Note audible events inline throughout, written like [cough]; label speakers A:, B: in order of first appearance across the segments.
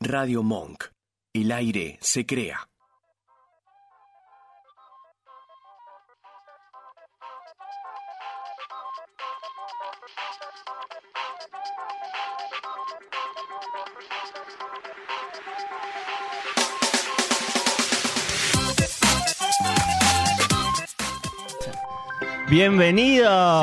A: Radio Monk. El aire se crea.
B: Bienvenido.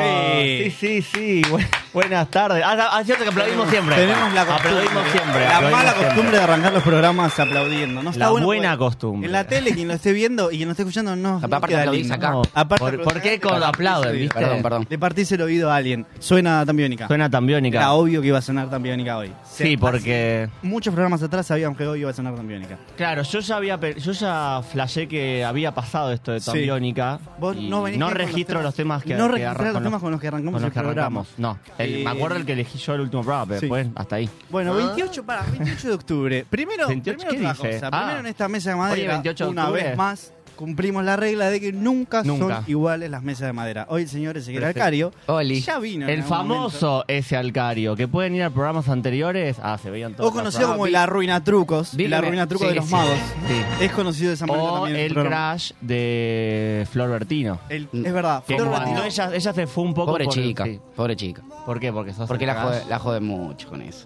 B: sí,
C: Sí.
B: sí. sí. Bu- Buenas tardes. Ah, ah, es cierto que aplaudimos siempre.
C: Tenemos la costumbre.
B: Aplaudimos siempre.
C: La
B: aplaudimos
C: mala
B: siempre.
C: costumbre de arrancar los programas aplaudiendo. No está
B: La
C: bueno,
B: buena
C: porque
B: costumbre.
C: En la tele, quien lo esté viendo y quien lo esté escuchando, no. no
D: Aparte
C: queda
D: aplaudís
C: lindo.
D: acá.
B: No.
C: Aparte
D: ¿Por,
C: aplaudís
D: ¿Por qué
C: acá.
D: cuando aplauden, viste? Perdón, perdón.
C: Le partís el oído a alguien. Suena tan biónica.
B: Suena tan biónica.
C: Era obvio que iba a sonar tan biónica hoy.
B: Sí, porque.
C: Muchos programas atrás sabíamos que hoy iba a sonar tan biónica.
B: Claro, yo ya había, pe- yo ya flashé que había pasado esto de Tom
C: Sí.
B: Biónica.
C: Vos
B: y
C: no venís bien con
B: registro
C: los
B: los temas,
C: temas.
B: que
C: No
B: que
C: registrás
B: arran-
C: los temas con los que arrancamos
B: con los
C: el
B: que arrancamos.
C: programa.
B: No, el-
C: Eh,
B: me acuerdo el que elegí yo el último programa, pero
C: sí.
B: después hasta ahí.
C: Bueno, 28, para, 28 de octubre. Primero,
B: 28,
C: primero
B: ¿Ah? ¿qué
C: otra
B: dice?
C: cosa.
B: Ah.
C: Primero en esta mesa de
D: Oye,
C: madera,
D: 28 de
C: una
D: octubre.
C: vez más, cumplimos la regla de que nunca,
B: Nunca.
C: son iguales las mesas de madera. Hoy el señor Ezequiel
B: Perfecto.
C: Alcario
D: Oli.
C: ya vino. en
B: El
C: algún momento.
B: famoso ese Alcario, que pueden ir a programas anteriores. Ah, se veían todos.
C: O
B: los
C: conocido como
B: programas.
C: el arruina trucos, el
D: Dígame.
C: arruina trucos
D: Sí,
C: de los
D: sí,
C: magos.
D: sí.
C: Es conocido de esa manera
B: O
C: también.
B: el
C: programa.
B: crash de Flor Bertino.
C: El- es verdad.
B: Que
C: Flor
B: cuando
C: Bertino-
B: ella, ella se fue un poco
D: Pobre
B: por-
D: chica,
B: sí.
D: pobre chica.
B: ¿Por qué? Porque sos
D: Porque
B: el
D: la
B: crash.
D: jode, la jode mucho con eso.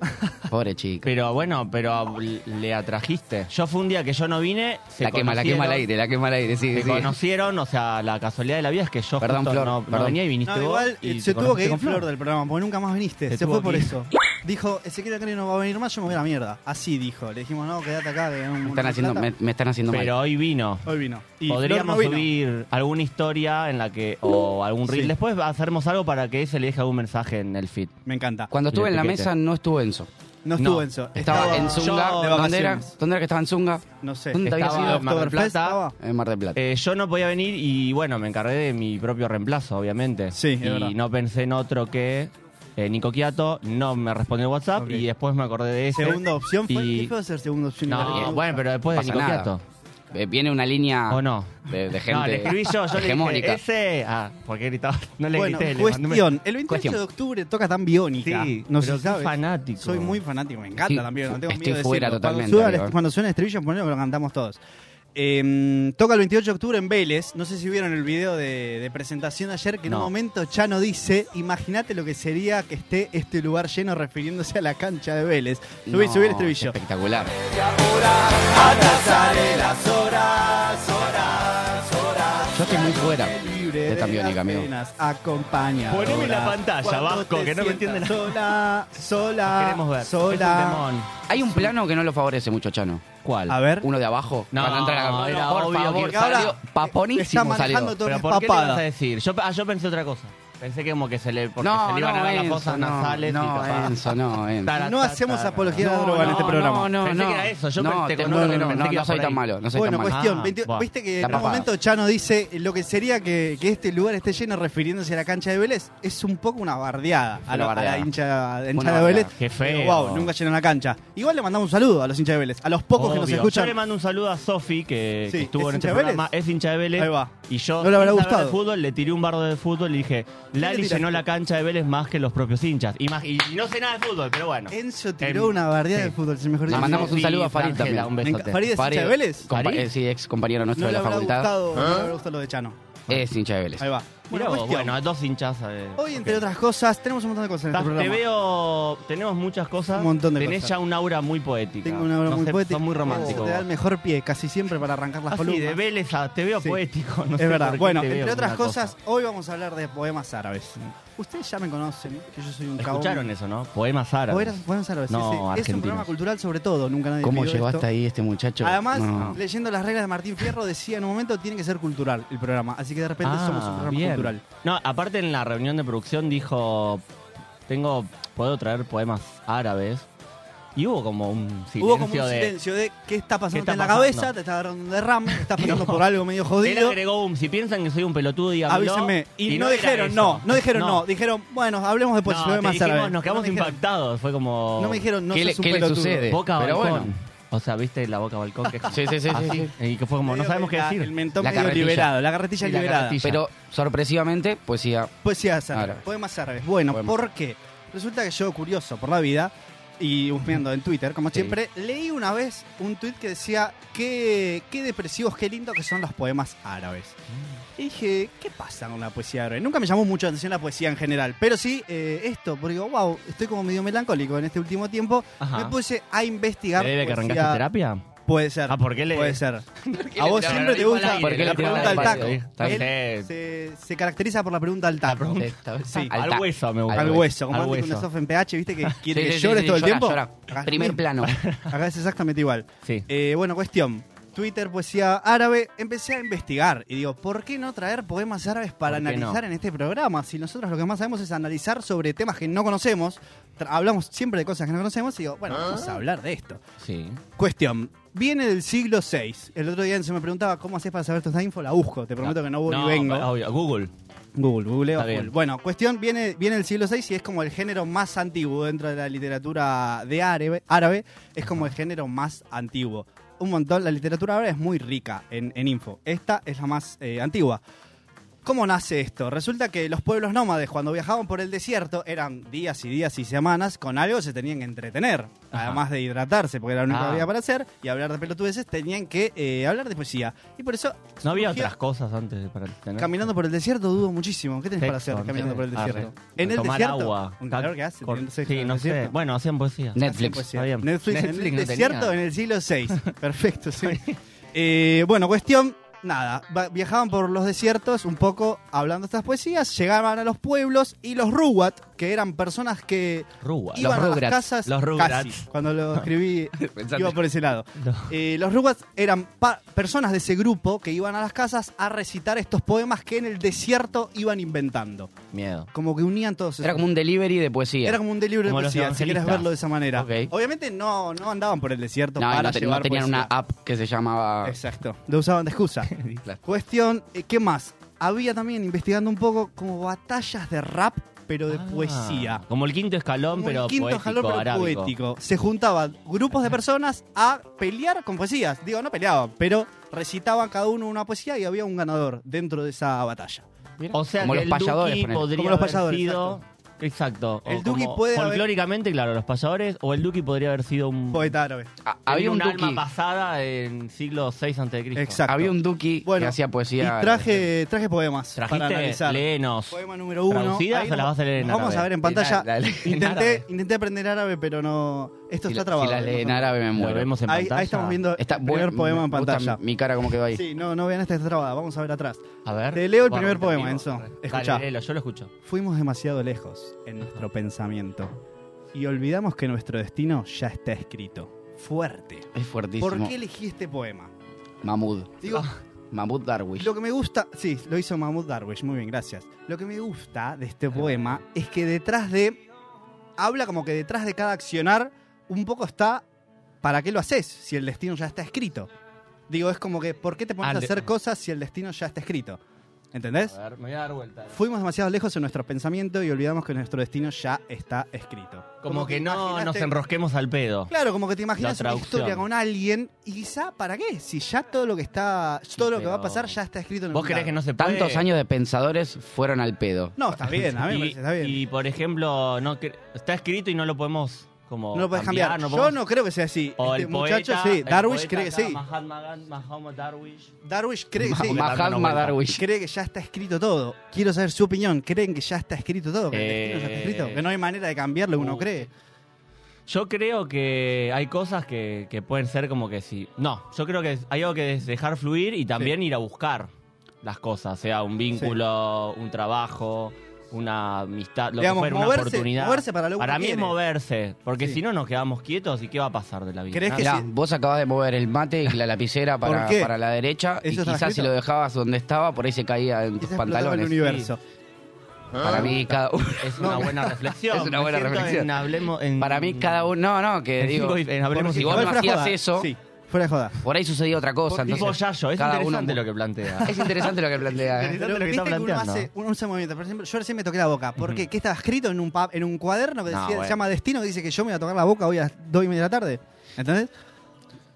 D: Pobre chica.
B: Pero bueno, pero le atrajiste. Yo fue un día que yo no vine. Se
D: La quema, la
B: conocieron,
D: quema al aire, la quema al aire, sí,
B: Se
D: sí.
B: conocieron, o sea, la casualidad de la vida es que yo
D: Perdón,
B: justo
D: Flor,
B: no, no
D: perdón.
B: venía y viniste
C: No,
B: vos.
C: igual
B: y
C: eh,
B: te
C: se tuvo
B: conociste
C: que
B: con
C: ir Flor del programa, porque nunca más viniste.
B: Se
C: Se,
B: tuvo
C: fue por
B: que ir.
C: eso. Dijo, Ezequiel Alcario no va a venir más, yo me voy a la mierda. Así dijo. Le dijimos, no, quédate acá, que ganamos un
D: Me
C: montón
D: están
C: de
D: haciendo,
C: plata.
D: me, me están haciendo
B: Pero
D: mal.
B: hoy vino.
C: Hoy vino. Y
B: Podríamos
C: Flor no vino. Uh.
B: subir alguna historia en la que. o algún reel.
C: Sí.
B: Después hacemos algo para que se le deje algún mensaje en el feed.
C: Me encanta.
D: Cuando estuve
B: Y el
D: en la
B: piquete.
D: mesa no estuvo Enzo.
C: No
B: No,
C: estuvo Enzo.
D: Estaba, en Zunga.
C: yo- de
D: ¿Dónde era?
C: vacaciones.
D: ¿Dónde era que estaba en Zunga?
C: No sé.
D: ¿Dónde había
B: Estaba
D: sido
B: en Mar del
C: Oktoberfest?
B: Plata.
C: Estaba.
D: En Mar del Plata.
B: Eh, yo no podía venir y bueno, me encargué de mi propio reemplazo, obviamente.
C: Sí, es
B: y
C: verdad.
B: no pensé en otro que eh, Nico Quiato, no me respondió el WhatsApp
C: Ok.
B: y después me acordé de ese.
C: Segunda opción fue.
B: Este. Y-
C: ¿Qué fue hacer segunda opción?
B: No,
C: Igual.
B: bueno, pero después de
D: Pasa
B: Nico
D: nada.
B: Quiato.
D: Eh, viene una línea
B: ¿O no?
D: de, de gente
B: No, le escribí yo, yo le
D: hegemónica.
B: dije, ese... Ah, porque gritaba, [laughs] no le
C: Bueno,
B: grité. le mandé un
C: cuestión. El 28
D: Cuestión.
C: de octubre toca tan biónica.
B: Sí,
C: no
B: pero
C: sé si
B: soy
C: sabes.
B: fanático.
C: Soy muy fanático, me encanta
D: Estoy-
C: la biónica. No tengo
D: estoy
C: miedo de
D: fuera
C: decirlo.
D: totalmente,
C: Cuando suena,
D: amigo.
C: cuando suena el estribillo, ponelo que lo cantamos todos. Eh, toca el 28 de octubre en Vélez. No sé si vieron el video de, de presentación ayer. Que en un
B: No.
C: momento Chano dice: Imagínate lo que sería que esté este lugar lleno refiriéndose a la cancha de Vélez. Subí,
D: No,
C: subí el estribillo.
D: Espectacular. Yo estoy muy fuera.
C: libre
D: de esta
C: las
D: biónica, amigo.
C: penas, acompaña.
B: Poneme la pantalla,
C: Cuando
B: Vasco,
C: te
B: que no me
C: sientas
B: entiende la-
C: Sola, sola.
B: mensaje. Queremos ver. Es un
C: Sola.
B: temón.
D: Hay un plano que no lo favorece mucho, Chano.
B: ¿Cuál?
C: A ver.
D: Uno de abajo.
B: No,
D: cuando entra la cámara.
B: era
D: Por
B: obvio
D: favor,
B: que-
D: salió
C: Ahora, está
D: paponísimo
C: manejando
D: salió.
C: todo.
B: ¿Pero
C: Torres
B: por qué le
C: Papada.
B: vas a decir? Yo, ah, yo pensé otra cosa. Pensé que como que se le, porque
D: no,
B: se le iban
D: no,
B: a dar las
D: Enzo,
B: cosas
D: no,
B: nasales y
D: No,
B: capaz- [laughs]
D: Enzo, no, Enzo.
B: Tara,
C: No
B: tara,
C: hacemos
B: tara.
C: apología de la droga en este programa.
D: No,
B: Pensé
D: no.
B: que era eso, yo
D: no,
B: pensé-
D: te
B: no,
D: juro
B: no,
D: que
B: no,
D: no,
B: pensé
D: no,
B: que iba
D: no soy
B: por
D: tan
B: ahí.
D: malo, no soy
C: Bueno,
D: tan malo.
C: cuestión.
B: Ah,
C: 20
B: buah.
C: Viste que
D: La
C: en un
D: papada.
C: momento Chano dice lo que sería que, que este lugar esté lleno refiriéndose a la cancha de Vélez. Es un poco una bardeada a
D: Una
C: la, a la
D: bardeada.
C: hincha, hincha
D: Una
C: de Vélez.
D: bardeada.
B: Qué feo.
C: wow, nunca llenan la cancha. Igual le mandamos un saludo a los hinchas de Vélez. A los pocos que nos
B: Obvio.
C: escuchan.
B: Yo le mando un saludo a Sofi, que, que
C: Sí,
B: estuvo en
C: ¿es
B: este
C: hincha de Vélez?
B: programa. Es hincha de Vélez.
C: Ahí va.
B: Y yo,
C: No le habrá
B: sin saber
C: gustado.
B: de fútbol, le tiré un bardo de fútbol y dije,
C: le
B: Lali
C: tiraste?
B: llenó la cancha de Vélez más que los propios hinchas. Y, más- y- y no sé nada de fútbol, pero bueno.
C: Enzo
B: Em,
C: tiró una bardeada de fútbol, es el mejor
D: Le
C: dicho.
D: mandamos un
B: Sofi,
D: saludo a Farid
B: Ángela,
D: también.
B: Un
C: Me
B: besote.
C: enca- Farid es hincha de Vélez.
D: compa-
B: ¿Farid?
D: eh, sí, ex compañero nuestro
C: No
D: de
C: le
D: la
C: habrá
D: facultad.
C: gustado, no le habrá gustado lo de Chano.
D: Es hincha de Vélez.
C: Ahí va.
B: Mirá
C: Bueno,
B: vos,
C: cuestión.
B: bueno, dos hinchas. eh,
C: Hoy,
B: ok.
C: entre otras cosas, tenemos un montón de cosas en
B: Estás-
C: este
B: te
C: programa.
B: veo, tenemos muchas cosas.
C: Un montón de
B: Tenés
C: cosas.
B: ya un aura muy poética.
C: Tengo una obra
B: No
C: muy
B: sé,
C: poética.
B: Sos muy romántico.
C: Eso Te da el
B: vos.
C: mejor pie, casi siempre, para arrancar las
B: Ah, sí,
C: columnas.
B: de Vélez a- te veo
C: Sí.
B: poético. no sé por
C: es verdad.
B: qué
C: Bueno,
B: te veo
C: entre otras
B: una cosa.
C: cosas, hoy vamos a hablar de poemas árabes. Ustedes ya me conocen, que yo soy un cabrón.
B: Escucharon eso, ¿no? Poemas árabes.
C: Poemas, poemas árabes, sí,
B: No,
C: sí. Es un
B: argentinos.
C: programa cultural sobre todo, nunca nadie
D: ¿Cómo
C: pidió
D: llegó
C: esto.
D: hasta ahí este muchacho?
C: Además,
D: No.
C: leyendo las reglas de Martín Fierro, decía en un momento tiene que ser cultural el programa. Así que de repente
B: Ah,
C: somos un programa
B: bien.
C: cultural.
B: No, aparte en la reunión de producción dijo, tengo, puedo traer poemas árabes. Y hubo como un silencio
C: Hubo como un
B: de...
C: silencio de qué está pasando
B: ¿Qué está
C: en la
B: pasando?
C: cabeza, te está agarrando un derrame,
B: [laughs]
C: estás pasando por algo medio
B: Él
C: jodido.
B: agregó un, si piensan que soy un pelotudo, díganlo.
C: Avísenme. Y, no,
B: era
C: dijeron
B: eso.
C: no, no dijeron no. Dijeron, bueno, hablemos
B: No,
C: después. si
B: te
C: ve más
B: dijimos,
C: árabes.
B: nos quedamos
C: no me dijeron-
B: impactados. Fue como...
C: No me dijeron, no
D: ¿Qué le-
C: sos un
D: qué le
C: pelotudo.
D: sucede?
B: Boca
D: Pero
B: balcón.
D: bueno.
B: O sea, viste la boca balcón que es como
D: Sí, sí, sí, sí,
B: así. Y que fue como, no
C: Medio
B: sabemos qué
C: la-
B: decir.
C: El mentón
D: La
C: medio
D: carretilla.
C: liberado, la carretilla
B: Y la
C: liberada.
B: carretilla.
D: Pero sorpresivamente, poesía.
C: Poesía árabe,
D: Árabe.
C: poemas árabes. Bueno,
D: Poemas.
C: ¿por qué? Resulta que yo, curioso por la vida, y husmeando en Twitter, como
D: Sí.
C: siempre, leí una vez un tweet que decía qué, qué depresivos, qué lindo que son los poemas árabes. Y dije, ¿qué pasa con la poesía árabe? Nunca me llamó mucho la atención la poesía en general, pero sí eh, esto, porque digo, wow, estoy como medio melancólico en este último tiempo.
B: Ajá.
C: Me puse a investigar.
B: ¿Le debe que
C: poesía-
B: arrancaste terapia?
C: Puede ser.
B: Ah, ¿por qué le-
C: Puede ser. A vos siempre te gusta
D: aire,
C: la
D: le tiraron
C: pregunta al
D: al
C: taco.
D: aire. Está
C: Él
B: bien.
C: se, se caracteriza por la pregunta al taco. Sí.
B: Al,
D: ta-
B: hueso me gusta.
C: Al hueso, como
B: Al
C: antes con
B: hueso.
C: Sof en PH, ¿viste? Que quiere
D: Sí,
C: que
D: sí,
C: llores
D: sí,
C: todo el
D: llora,
C: tiempo.
D: llora.
C: Acá-
D: Primer plano.
C: Acá es exactamente igual.
B: Sí.
C: Eh, bueno, cuestión. Twitter, poesía árabe. Empecé a investigar y digo, ¿por qué no traer poemas árabes para
B: ¿Por qué
C: analizar
B: no?
C: en este programa? Si nosotros lo que más sabemos es analizar sobre temas que no conocemos, Tra- hablamos siempre de cosas que no conocemos y digo, bueno, vamos a hablar de esto.
B: Sí.
C: Cuestión. Viene del siglo VI. El otro día se me preguntaba, ¿cómo haces para saber toda esta info? La busco, te prometo que no, voy y vengo.
B: obvio, Google.
C: Google, googleo
B: Está
C: full.
B: bien.
C: Bueno, cuestión, viene, viene del siglo VI y es como el género más antiguo dentro de la literatura de árabe, árabe es como el género más antiguo. Un montón, la literatura árabe es muy rica en, en info. Esta es la más eh, antigua. ¿Cómo nace esto? Resulta que los pueblos nómades cuando viajaban por el desierto eran días y días y semanas, con algo se tenían que entretener,
B: Ajá.
C: además de hidratarse, porque era la única
B: Ah.
C: vida para hacer, y hablar de pelotudeces tenían que eh, hablar de poesía. Y por eso...
B: No había
C: surgió-
B: otras cosas antes de- para tener.
C: ¿Eh? Caminando por el desierto dudo muchísimo. ¿Qué tenés para hacer
B: Sexo, no
C: caminando
B: sé.
C: por el desierto?
B: Arre.
C: En el
B: Tomar
C: desierto.
B: agua.
C: Un calor que hace.
B: Cor-
C: teniendo sexo en
B: Sí,
C: el
B: no sé.
C: desierto.
B: Bueno, hacían poesía.
D: Netflix.
C: Puede
B: Está
C: ser.
B: bien.
C: Netflix, en
D: Netflix
C: el
D: no
C: desierto
D: tenía.
C: en el siglo
B: [laughs]
C: VI. Perfecto, sí. Eh, bueno, cuestión, nada, va- viajaban por los desiertos un poco hablando estas poesías, llegaban a los pueblos y los ruwat, que eran personas que
B: Rúa.
D: Iba-
C: iban a las
D: Rugrats.
C: casas
B: Los Rugrats.
C: casi, cuando lo
B: [laughs]
C: escribí
D: Pensate.
C: iba por ese lado. Eh, los Rugrats eran pa- personas de ese grupo que iban a las casas a recitar estos poemas que en el desierto iban inventando.
B: Miedo.
C: Como que unían todos esos.
D: Era como un delivery de poesía.
C: Era como un delirio de
B: Como los
C: poesía, si quieres
B: evangelistas.
C: verlo de esa manera.
D: Ok.
C: Obviamente no, no andaban por el desierto
D: No,
C: para
D: y no, te- no
C: llevar
D: tenían una
C: poesía.
D: app que se llamaba.
C: Exacto. Lo usaban de
D: [laughs]
C: excusa.
D: Claro.
C: Cuestión, eh, ¿qué más? Había también, investigando un poco, como batallas de rap, pero de
B: Ah.
C: poesía.
B: Como el quinto escalón,
C: Como el
B: pero
C: quinto
B: poético,
C: jalón, pero
B: arábico.
C: poético. Se juntaban grupos de personas a pelear con poesías. Digo, no peleaban, pero recitaban cada uno una poesía y había un ganador dentro de esa batalla.
B: O sea,
D: Como
B: que
D: los
B: el
D: payadores,
B: Duki
D: ponele.
B: podría
C: Como los
B: haber
C: payadores,
B: sido... Exacto. o
C: El Duki
B: como-
C: puede haber-
B: Folclóricamente, claro, los payadores o el Duki podría haber sido un...
C: Poeta árabe.
D: Ah,
B: tenía
D: Había un
B: un alma
D: Duki.
B: pasada en siglo VI antes de Cristo.
C: Exacto.
D: Había un Duki
C: Bueno,
D: que hacía poesía.
C: Y traje, traje poemas para
B: Trajiste,
C: analizar.
B: léenos.
C: Poema número uno.
B: ¿Traducidas
C: Ahí
B: o las
C: nos-
B: vas a leer en
C: nos Vamos
B: árabe?
C: a ver en
D: En
C: pantalla.
D: árabe, la- en
C: intenté,
D: árabe.
C: intenté aprender árabe, pero no. Esto
D: Si
C: está
D: la-
C: trabado.
D: Si la leen en árabe me
B: Lo
D: muero.
B: vemos en
C: ahí,
B: pantalla.
C: ahí estamos viendo
D: Está
C: el primer
D: bueno,
C: poema en
D: me gusta
C: pantalla.
D: mi- Mi cara como quedó ahí.
C: Sí, no, no vean esta está trabada. Vamos a ver atrás.
B: [laughs] A ver.
C: Te leo el
B: Bueno,
C: primer
B: te
C: poema,
B: digo.
C: Enzo.
B: Dale,
C: Escuchá.
B: léelo, yo lo escucho.
C: Fuimos demasiado lejos en nuestro pensamiento y olvidamos que nuestro destino ya está escrito. Fuerte.
D: Es fuertísimo.
C: ¿Por qué elegí este poema?
D: Mahmoud.
C: Digo,
D: Mahmoud Darwish.
C: Lo que me gusta, sí, lo hizo Mahmoud Darwish, muy bien, gracias. Lo que me gusta de este poema es que detrás de, habla como que detrás de cada accionar, un poco está, ¿para qué lo haces si el destino ya está escrito? Digo, es como que, ¿por qué te pones
B: Ah,
C: a
B: le-
C: hacer cosas si el destino ya está escrito? ¿Entendés?
B: A ver, me voy a dar vuelta.
C: Fuimos demasiado lejos en nuestro pensamiento y olvidamos que nuestro destino ya está escrito.
B: Como, que, no nos
C: imaginaste-
B: enrosquemos al pedo.
C: Claro, como que te imaginas
B: La
C: una
B: traducción.
C: historia con alguien y quizá, ¿para qué? Si ya todo lo que está, todo lo que va a
B: pero-
C: pasar ya está escrito en el
B: ¿Vos creés
C: lado.
B: que no se puede?
D: Tantos años de pensadores fueron al pedo.
C: No, está bien, a mí me
B: y,
C: parece, está bien.
B: y, por ejemplo, no cre- está escrito y no lo podemos como
C: no lo podés cambiar.
B: no
C: Yo
B: podemos-
C: no creo que sea así.
B: O
C: este
B: el
C: muchacho
B: poeta,
C: sí,
B: el
C: Darwish
B: poeta
C: cree que
B: acá,
C: sí.
B: Mahatma Gandhi, Mahoma Darwish.
C: Darwish cree que
D: Ma-
C: sí.
B: Dando
D: Mahatma
B: vuelta.
D: Darwish.
C: Cree que ya está escrito todo. Quiero saber su opinión. ¿Creen que ya está escrito todo? ¿Que el destino ya está
B: Eh.
C: escrito? Que no hay manera de cambiarlo, uno
B: Uh.
C: cree.
B: Yo creo que hay cosas que, que pueden ser como que sí. No, yo creo que hay algo que es dejar fluir y también ir a buscar las cosas, sea un vínculo, un trabajo, una amistad, lo
C: Digamos,
B: que fuera,
C: moverse-
B: una oportunidad.
C: moverse para lo que uno
B: mí es
C: quiere.
B: moverse, porque
C: Sí.
B: si no nos quedamos quietos y qué va a pasar de la vida.
C: ¿Crees
B: Ah,
C: que
D: Mirá,
C: sí?
D: vos acabas de mover el mate y la lapicera
C: ¿Por
D: para,
C: qué?
D: para la derecha y
C: ¿Eso está
D: quizás si
C: escrito?
D: lo dejabas donde estaba, por ahí se caía en tus
C: Quizá explotaba el
D: pantalones.
C: universo. Ah.
D: Para mí cada uno,
B: Es una buena reflexión.
D: Es una
B: Me
D: buena
B: siento
D: reflexión.
B: En, hablemos, en-
D: [laughs] para mí cada uno, no, no, que
B: en
D: digo,
B: cinco dif- en hablemos
D: si
B: y
D: vos
C: Igual
D: no
C: fuera de
D: hacías
C: joda.
D: eso,
C: Sí, fuera de joda.
D: por ahí sucedió otra cosa.
B: Tipo
D: Entonces,
B: Yayo, es
D: cada
B: interesante
D: uno-
B: lo que plantea.
D: Es interesante lo que plantea. ¿eh?
B: Interesante lo que
C: Viste
B: está
C: que uno
B: planteando.
C: hace, uno usa movimiento. Por ejemplo, yo recién me toqué la boca. ¿Por qué? ¿Qué estaba escrito en un, pa- en un cuaderno que
B: No,
C: decía- se
B: bueno.
C: llama Destino? Que dice que yo me voy a tocar la boca hoy a las 2 y media de la tarde. ¿Entendés?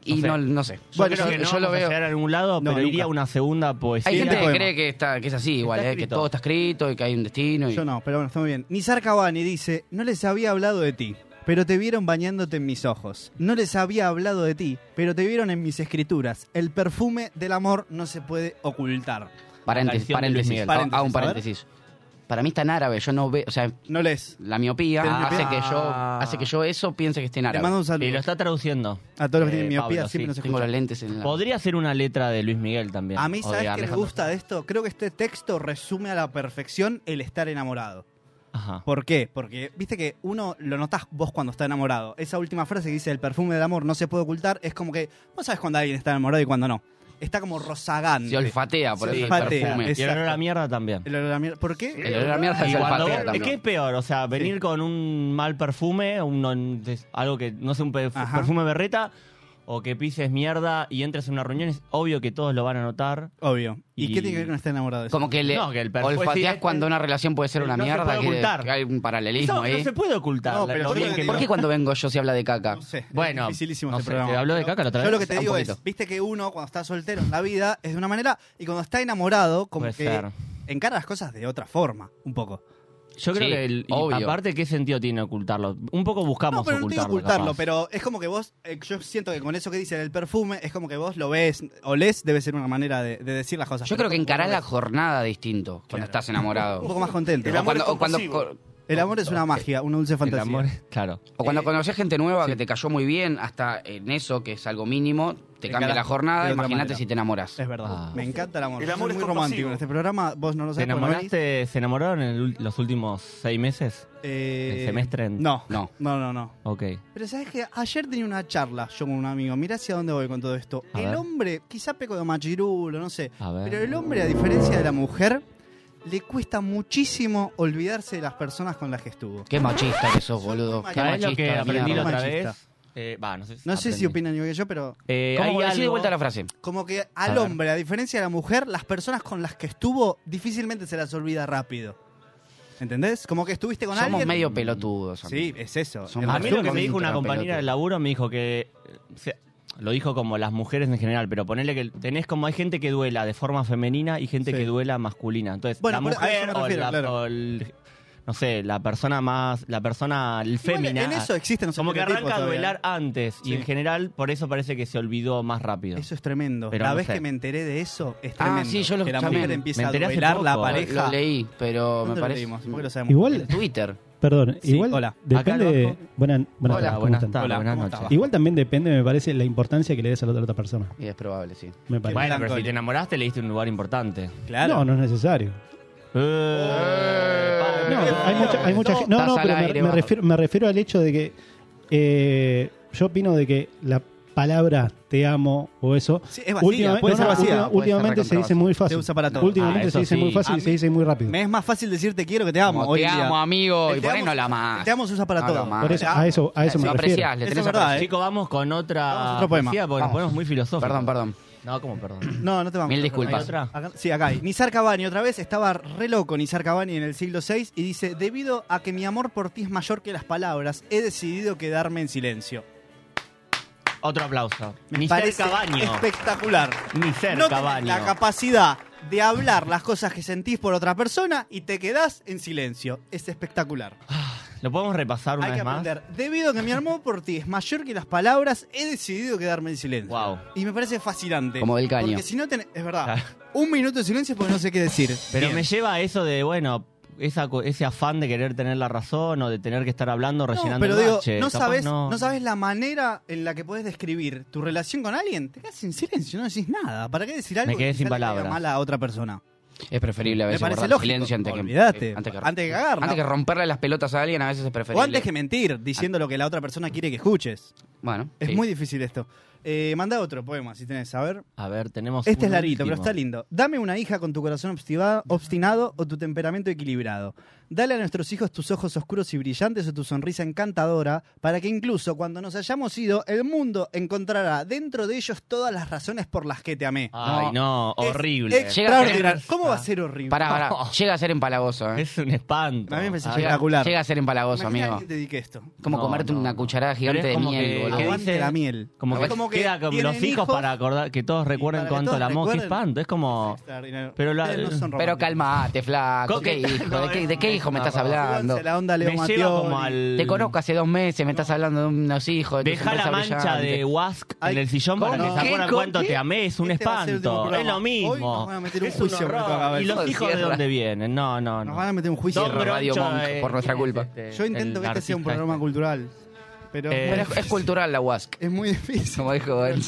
D: Y
B: No
D: no,
B: sé.
D: no sé.
B: Yo
D: Bueno,
B: creo
D: yo,
B: que no
D: yo lo
B: vamos a
D: veo.
B: llegar a algún lado,
C: No,
B: pero
C: nunca.
B: iría una segunda poesía.
D: Hay gente que
C: poema.
D: cree que, está, que es así igual,
B: Está
D: ¿eh? que
B: escrito.
D: todo está escrito y que hay un destino. y-
C: Yo no, pero bueno, está muy bien. Nizar Cavani dice, no les había hablado de ti. pero te vieron bañándote en mis ojos. No les había hablado de ti, pero te vieron en mis escrituras. El perfume del amor no se puede ocultar.
D: Paréntesis,
B: canción de Luis
D: paréntesis.
B: Miguel.
C: Paréntesis,
D: Hago un
C: a ver.
D: paréntesis. Para mí está en árabe, yo no veo, o sea,
C: No les.
D: la miopía
C: Pero
D: hace
C: miopía-
D: que yo
B: Ah.
D: hace que yo eso piense que esté en
C: Te
D: árabe.
C: mando un saludo.
B: Y lo está traduciendo.
C: A todos los que
B: Eh,
C: tienen miopía
B: Pablo,
C: siempre
B: sí,
C: nos
D: Tengo los
C: escuchan.
D: lentes en la
B: Podría ser una letra de Luis Miguel también.
C: A mí,
B: o de
C: ¿sabes qué me
B: Alejandro.
C: gusta de esto? Creo que este texto resume a la perfección el estar enamorado.
B: Ajá.
C: ¿Por qué? Porque viste que uno lo notás vos cuando está enamorado. Esa última frase que dice el perfume del amor no se puede ocultar es como que vos sabes cuando alguien está enamorado y cuando no. Está como rozagante.
D: Se olfatea, por
C: Se
D: eso
C: olfatea,
D: el perfume.
C: es-
B: Y el olor
C: Exacto.
B: a mierda también.
C: El olor a mier- ¿Por qué?
D: El olor a mierda
B: Y
D: se
B: cuando-
D: olfatea también.
B: ¿Qué es peor? O sea, venir con un mal perfume, un, un- des- algo que no sé, un perf-
C: Ajá.
B: perfume berreta, o que pises mierda y entres en una reunión, es obvio que todos lo van a notar.
C: Obvio.
B: Y-
C: ¿Y, qué tiene que ver con estar enamorado? eso?
D: Como que le
B: No, que el perfume-
D: olfateás
B: sí, es-
D: cuando una relación puede ser una
B: No se
D: mierda,
B: puede
D: que-
B: ocultar.
D: que hay un
B: Eso
D: paralelismo
B: no
D: ahí.
B: se puide ocultar.
C: No,
B: la-
C: pero
B: lo
C: yo
B: bien
C: lo
B: que
C: que
B: lo-
D: ¿Por qué cuando vengo yo se habla de caca?
C: No sé,
B: Bueno,
C: es dificilísimo
B: no
C: este
B: sé,
C: programa.
B: ¿te habló de
C: Yo-
B: caca la otra
C: Yo
B: vez?
C: lo que te
D: Un
C: digo es,
D: poquito.
C: viste que uno cuando está soltero en la vida es de una manera y cuando está enamorado como
B: Puede
C: que
B: ser.
C: encara las cosas de otra forma, un poco.
B: Yo creo
D: Sí,
B: que, el- y
D: obvio.
B: aparte, ¿qué sentido tiene ocultarlo? Un poco
C: No,
B: buscamos
C: pero no te digo
B: ocultarlo.
C: ocultarlo,
B: capaz.
C: pero es como que vos, eh, yo siento que con eso que dice el perfume, es como que vos lo ves, o lees, debe ser una manera de, de decir las cosas.
D: Yo
C: Pero
D: creo que
C: como
D: encarás
C: lo
D: la
C: ves,
D: jornada distinto cuando estás enamorado.
C: Un [laughs] poco más contento.
E: El
D: O
E: amor
D: cuando,
E: es
D: o cuando-
E: compasivo.
C: El amor es una magia, una dulce
B: El
C: fantasía.
B: amor, claro.
D: o
C: Eh,
D: cuando conoces gente nueva que te cayó muy bien, hasta en eso, que es algo mínimo, te cambia
C: Encarás
D: la jornada.
C: de otra
D: Imagínate
C: manera.
D: si te enamoras.
C: Es verdad.
B: Ah.
C: Me encanta el amor.
E: El
C: Yo
E: amor
C: soy
E: es
C: muy
E: compasivo.
C: romántico en este programa. Vos no lo
B: ¿Te
C: sabés. porque no venís.
B: enamoraste, ¿Se enamoraron en el ul- los últimos seis meses?
C: Eh,
B: ¿El semestre en-
C: No,
D: No.
C: no, no, no.
B: Ok.
C: Pero sabes que ayer tenía una charla yo con un amigo. Mirá hacia dónde voy con todo esto.
B: A
C: el
B: ver.
C: hombre, quizá peco de machirulo, no sé.
B: A ver.
C: Pero el hombre, a diferencia de la mujer, le cuesta muchísimo olvidarse de las personas con las que estuvo.
D: Qué machista que sos,
C: Soy muy
D: boludo. Qué
C: machista.
B: ¿Sabés
D: machista.
B: lo que
D: de
B: aprendí la
D: mierda.
C: lo-
B: otra
C: Machista.
B: vez? Eh, va, no sé,
C: No sé si
B: aprendí.
C: opinan igual que yo, pero
B: Eh, hay
D: ¿Cómo? Decí de
B: algo-
D: vuelta la frase.
C: como que
B: A
C: al
B: ver.
C: hombre, a diferencia de la mujer, las personas con las que estuvo difícilmente se las olvida rápido. ¿Entendés? Como que estuviste con
D: Somos
C: alguien.
D: medio pelotudos.
C: Sí, es eso.
D: Somos
B: A mí lo que me
D: Resumen
B: dijo una
D: ultra
B: compañera
D: pelotudo.
B: del laburo me dijo que. eh, o sea, lo dijo como las mujeres en general, pero ponele que tenés como hay gente que duela de forma femenina y gente
C: Sí.
B: que duela masculina. Entonces,
C: Bueno,
B: la
C: por- a eso
B: mujer
C: me
B: o,
C: refiero,
B: la-
C: claro.
B: o el- No sé, la persona más. La persona. El
C: Igual
B: fémina.
C: En eso existen los
B: como que
C: estereotipos
B: arranca a
C: todavía.
B: duelar antes y
C: Sí.
B: en general por eso parece que se olvidó más rápido.
C: Eso es tremendo.
B: Pero
C: la
B: no
C: vez
B: sé.
C: que me enteré de eso, es
D: Ah,
C: tremendo.
D: sí, yo lo
C: que la
D: escuché.
C: mujer
D: Me
C: empieza a
B: enteré hace
C: bailar la
B: poco.
C: pareja.
D: Lo leí, pero
C: ¿Dónde
D: me
C: lo
D: parece.
C: leímos? ¿Por qué lo sabemos?
F: Igual,
D: En [laughs] Twitter.
F: perdón,
C: Sí,
F: igual
C: hola.
B: Acá
F: depende.
B: abajo.
F: Buenas, buenas
D: Hola,
F: tardes, ¿cómo
B: buenas
F: están?
B: tardes,
C: Hola,
B: buenas
C: ¿cómo
B: noches.
C: estás?
F: Igual también depende, me parece, la importancia que le des a la otra persona.
D: Y es probable, sí.
F: Me
C: Qué
F: parece.
B: Bueno,
C: Blanco
B: pero si
C: ahí.
B: te enamoraste le diste un lugar importante.
C: Claro.
F: No, no es necesario.
B: Eh,
F: No, hay mucha, hay mucha
D: No,
F: gen- No, no,
D: estás al
F: pero me-
D: aire,
F: me,
D: va.
F: refiero, me refiero al hecho de que eh, yo opino de que la palabra te amo o eso.
C: Sí, es vacía, puede ser vacía.
F: última-
D: Puede ser
F: últimamente se
D: recontra
F: dice
D: vacía.
F: muy fácil.
C: Se usa para todo.
F: Últimamente
B: Ah, eso
F: se dice muy
B: sí.
F: fácil
C: A
F: y se
C: mí-
F: dice muy rápido.
C: Me es más fácil decirte quiero que te amo.
D: Como,
C: hoy
D: te
C: en día.
D: amo, amigo.
C: El
D: Y
C: te amo
D: ponéndola
C: se-
D: más.
C: Te amo se usa para
D: No,
C: todo.
D: no, más.
F: Por eso,
C: Ah,
F: a eso, a eso
D: Lo
F: me refiero.
D: apreciás, le
C: Eso
D: tenés
C: es verdad,
D: aprecio.
B: Chicos, vamos con otra
C: Vamos a otro poema.
B: poesía, porque nos
D: Vamos.
B: ponemos muy filosóficos.
D: Perdón, perdón.
B: No, como perdón.
C: No, no te vamos.
D: Mil
C: a-
D: disculpas.
B: ¿Hay otra?
C: Acá- sí, acá hay. Nizar Cavani otra vez estaba re loco Nizar Cavani en el siglo VI y dice, debido a que mi amor por ti es mayor que las palabras, he decidido quedarme en silencio.
B: Otro aplauso.
C: Me
B: Ni ser
C: parece
B: Cabaño.
C: espectacular.
B: Ni ser
C: no tenés
B: Cabaño.
C: la capacidad de hablar las cosas que sentís por otra persona y te quedás en silencio. Es espectacular.
B: ¿Lo podemos repasar una
C: Hay que
B: vez más?
C: aprender. Debido a que mi amor por ti es mayor que las palabras, he decidido quedarme en silencio.
B: Wow.
C: Y me parece fascinante.
D: Como del caño.
C: Porque si no tenés, es verdad,
B: Claro.
C: un minuto de silencio porque no sé qué decir.
B: Pero
C: Bien.
B: me lleva a eso de, bueno, esa, co- ese afán de querer tener la razón o de tener que estar hablando, rellenando
C: No, pero
B: el
C: digo,
B: bache.
C: no
B: Capaz
C: sabes,
B: no-
C: no. sabes la manera en la que puedes describir tu relación con alguien. Te quedas en silencio, no decís nada. ¿Para qué decir algo
B: Me quedé
C: que
B: sin
C: quizá le caiga
B: palabras.
C: mal a otra persona?
D: Es preferible a
C: Me
D: veces
C: parece
D: guardar
C: lógico.
D: silencio antes que,
C: Olvídate.
D: eh, antes que
C: Antes que cagarla.
D: antes que romperle las pelotas a alguien a veces es preferible.
C: O antes que mentir, diciendo
B: Ah.
C: lo que la otra persona quiere que escuches.
D: bueno,
C: Es
D: sí.
C: muy difícil esto. Eh, manda otro poema, si tenés, a ver.
B: A ver, tenemos.
C: Este es
B: un
C: larguito, pero
B: último.
C: está lindo. Dame una hija con tu corazón obstiva- obstinado o tu temperamento equilibrado. Dale a nuestros hijos tus ojos oscuros y brillantes o tu sonrisa encantadora para que incluso cuando nos hayamos ido, el mundo encontrará dentro de ellos todas las razones por las que te amé.
B: Ay, no,
C: Es
B: Ah, horrible.
D: ex-
C: Extraordinario. ¿Cómo
B: Ah.
C: va a ser horrible?
D: Pará, pará.
C: [laughs]
B: No.
D: Llega a ser empalagoso, ¿eh?
B: Es un espanto.
C: A mí me parece
B: Ah,
C: que- espectacular.
D: Llega a ser empalagoso,
C: Imagina
D: amigo.
C: que te dedique esto.
D: Como
B: No,
D: comerte
B: no,
D: una
B: no.
D: cucharada gigante
B: Pero
D: de
B: es como
D: miel,
B: que-
D: boludo.
B: que
C: Aguante
B: dice-
C: la miel.
B: Como que,
C: Es como que
B: queda con
C: tienen
B: los hijos,
C: hijos
B: para acordar que todos recuerden
C: para que
B: cuánto
C: todos
B: la amó. Qué
C: recuerden.
B: espanto. Es como.
C: Extraordinario.
B: Pero la-
C: Ustedes no son
D: Pero
C: románticos. [laughs]
D: calmate, flaco.
B: Co-
D: ¿Qué hijo? ¿De qué, de qué hijos me estás hablando.
C: la onda Leo Este
B: me
C: Mattioli.
B: lleva como al...
D: Te conozco hace dos meses, me estás hablando de unos hijos. de tus
B: Deja la
D: empresas
B: mancha de
D: brillantes.
B: Wask
C: Ay,
B: en el sillón para
D: ¿cómo?
B: que se
D: ¿Qué?
B: acuerdan
D: ¿Con
B: cuánto
D: qué?
B: te amé, es un
C: Este va a ser el último
B: espanto. Es
C: programa.
B: lo
C: Hoy nos van
B: mismo.
C: a meter un
B: Es
C: juicio
B: horror.
C: por esta cabeza.
B: ¿Y los hijos de
D: Cierra.
B: dónde vienen? No, no,
C: Nos
B: no.
C: van a meter un juicio.
B: Don
D: Cierra Radio
B: Broncho,
D: Monk,
B: eh,
D: por nuestra
B: ¿quién es
D: culpa.
B: este?
C: Yo intento
B: El
C: que este sea un
B: artista
C: programa
B: este.
C: cultural. Pero
B: Eh,
D: Pero es, es cultural la UASC.
C: es muy difícil. [laughs]
D: Como dijo él.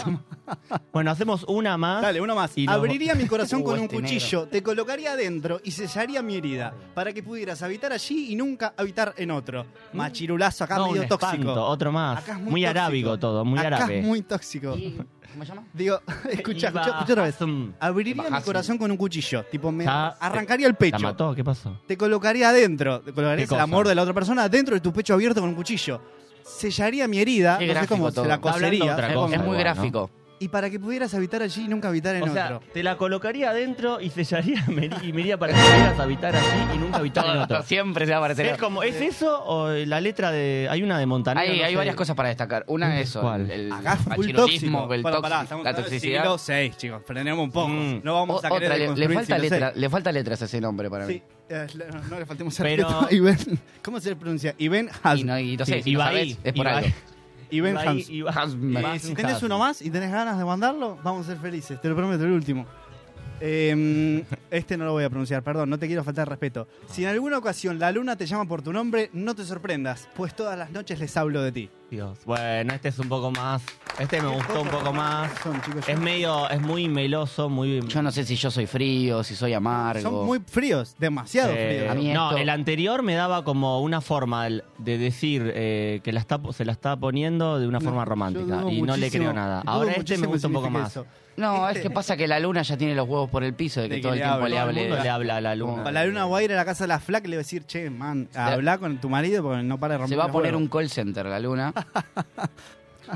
B: Bueno, hacemos una más.
C: Dale, uno más.
B: Y nos-
C: Abriría mi corazón
B: [laughs]
D: Uh,
C: con un
D: este
C: cuchillo, te colocaría adentro y sellaría mi herida para que pudieras habitar allí y nunca habitar en otro. Machirulazo, acá
B: No, un
C: medio tóxico.
B: espanto, otro más.
C: Acá es
B: muy
C: muy, tóxico.
B: arábigo todo, muy
C: Acá
B: árabe.
C: es muy tóxico.
D: ¿Cómo se llama?
C: Digo, [laughs]
B: Iba-
C: escucha, escucha, escucha otra vez.
B: Hasm.
C: Abriría mi
D: Hasm.
C: corazón con un cuchillo, tipo, me
B: Ya-
C: arrancaría el
B: ¿La
C: pecho.
B: mató? ¿Qué pasó?
C: Te colocaría adentro, te colocarías
B: ¿Qué
C: el
B: cosa?
C: amor de la otra persona dentro de tu pecho abierto con un cuchillo. Sellaría mi herida,
D: Qué
C: no sé
D: gráfico
C: cómo,
D: todo.
C: se la
D: Está
B: hablando
C: cosería.
B: otra cosa.
C: se la
D: Es
C: pondría.
D: muy
B: bueno.
D: gráfico.
C: Y para que pudieras habitar allí y nunca habitar en
B: O sea,
C: otro.
B: te la colocaría adentro y sellaría me- y me iría para que pudieras habitar allí y nunca habitar en otro.
D: Todo, siempre se va a
B: ¿Es,
D: parecer.
B: como, ¿Es eso o la letra de.? Hay una de Montaner.
D: Hay,
B: no
D: hay
B: sé.
D: varias cosas para destacar. Una es eso,
B: ¿Cuál?
D: el, el
C: Acá es full
D: machirulismo,
C: tóxico.
D: el
C: Bueno, pará,
D: tóxico,
C: estamos
D: la
C: hablando del
D: toxicidad.
C: siglo seis, chicos. Frenemos un poco.
B: Mm.
C: No vamos a
D: O-
C: querer
D: otra, le, le
C: deconstruir
D: falta
C: siglo seis.
D: letra, le falta letras a ese nombre para mí.
C: Sí, eh, no, no le faltemos
B: Pero-
C: [laughs] respeto a Iben. ¿Cómo se pronuncia? Iben Hasm.
D: Y no, y no sé,
B: Sí,
D: si lo
B: Ibai,
D: sabés, es por
B: Ibai.
D: algo.
C: Iben
B: Ibai,
C: Hasm.
B: Ibai,
D: Hasm.
B: Ibai,
C: Eh, si tenés uno más y tenés ganas de mandarlo, vamos a ser felices. Te lo prometo, el último.
B: [laughs]
C: Eh, este no lo voy a pronunciar, perdón, no te quiero faltar respeto. Si en alguna ocasión la luna te llama por tu nombre, no te sorprendas, pues todas las noches les hablo de ti.
B: Dios. Bueno, este es un poco más. Este me gustó un poco más.
C: Son, chicos,
B: Es
C: yo-
B: medio. Es muy meloso, muy.
D: Yo no sé si yo soy frío, si soy amargo.
C: son muy fríos, demasiado
B: Eh,
D: A
C: fríos.
D: mí
B: no,
D: esto-
B: el anterior me daba como una forma de de decir eh, que la está, se la está poniendo de una
C: No,
B: forma
C: yo
B: romántica
C: dudo
B: y no le
C: muchísimo-
B: creo nada.
C: dudo
B: Ahora este me
C: muchísimo
B: gusta un
C: que
B: poco más.
C: signifique
D: No,
C: Este-
D: es que pasa que la luna ya tiene los huevos por el piso de que
C: De que
D: todo el
C: le
D: tiempo
C: hable.
D: le
C: Todo el
B: El
D: hable.
B: mundo le habla a la luna.
C: eso. Para la luna va a ir a la casa de la flaca y le va a decir, che, man, habla con tu marido porque no para de romper
D: Se va a
C: los
D: poner
C: huevos".
D: un call center la luna.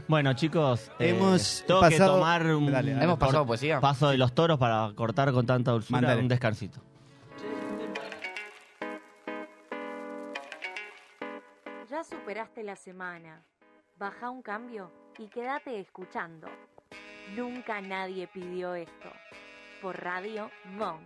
B: Bueno, chicos, eh,
C: Hemos
B: tengo
C: pasado-
B: que tomar un
C: Dale, dale.
D: Hemos pasado
B: por-
D: poesía.
B: paso de los toros para cortar con tanta dulzura
C: Mandale.
B: un descansito.
E: Ya superaste la semana. Baja un cambio y quédate escuchando. Nunca nadie pidió esto. Por Radio Monk.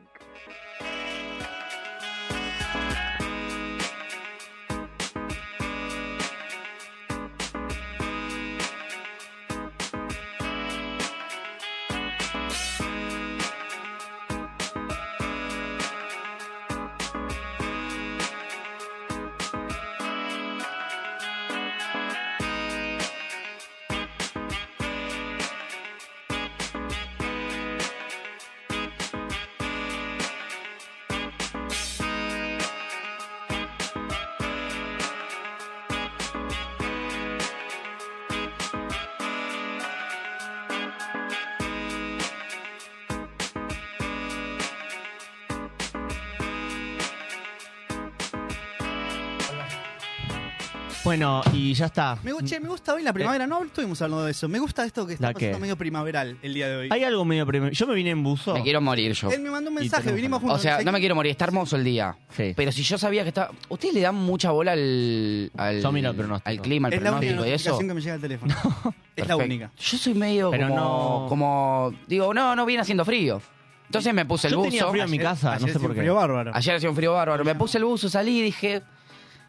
B: Bueno, y ya está.
C: Me, gu- che, me gusta hoy la primavera, no estuvimos hablando de eso. Me gusta esto que
B: Eh. ¿La
C: está
B: qué?
C: pasando medio primaveral el día de hoy.
B: Hay algo medio primero. Yo me vine en buzo.
D: Me quiero morir yo.
C: Él me mandó un mensaje,
B: tenemos-
C: vinimos juntos.
D: O sea, no me quiero morir, está hermoso el día.
B: Sí.
D: Pero si yo sabía que estaba. Ustedes le dan mucha bola al. al
B: Yo miro el pronóstico.
D: Al clima, al
C: Es la única
D: pronóstico y eso.
C: notificación que me llega al
B: [laughs]
C: teléfono. es la
D: Perfecto.
C: única.
D: Yo soy medio
B: Pero
D: como,
B: no-
D: como. Digo, no, no viene haciendo frío. Entonces me puse el
B: Yo
D: buzo.
B: tenía frío en mi
C: Ayer-
B: casa,
C: Eh, ayer
B: no sé
C: hacía
B: por
C: un
B: qué.
C: frío bárbaro.
D: Ayer hacía un frío bárbaro. Me puse el buzo, salí y dije.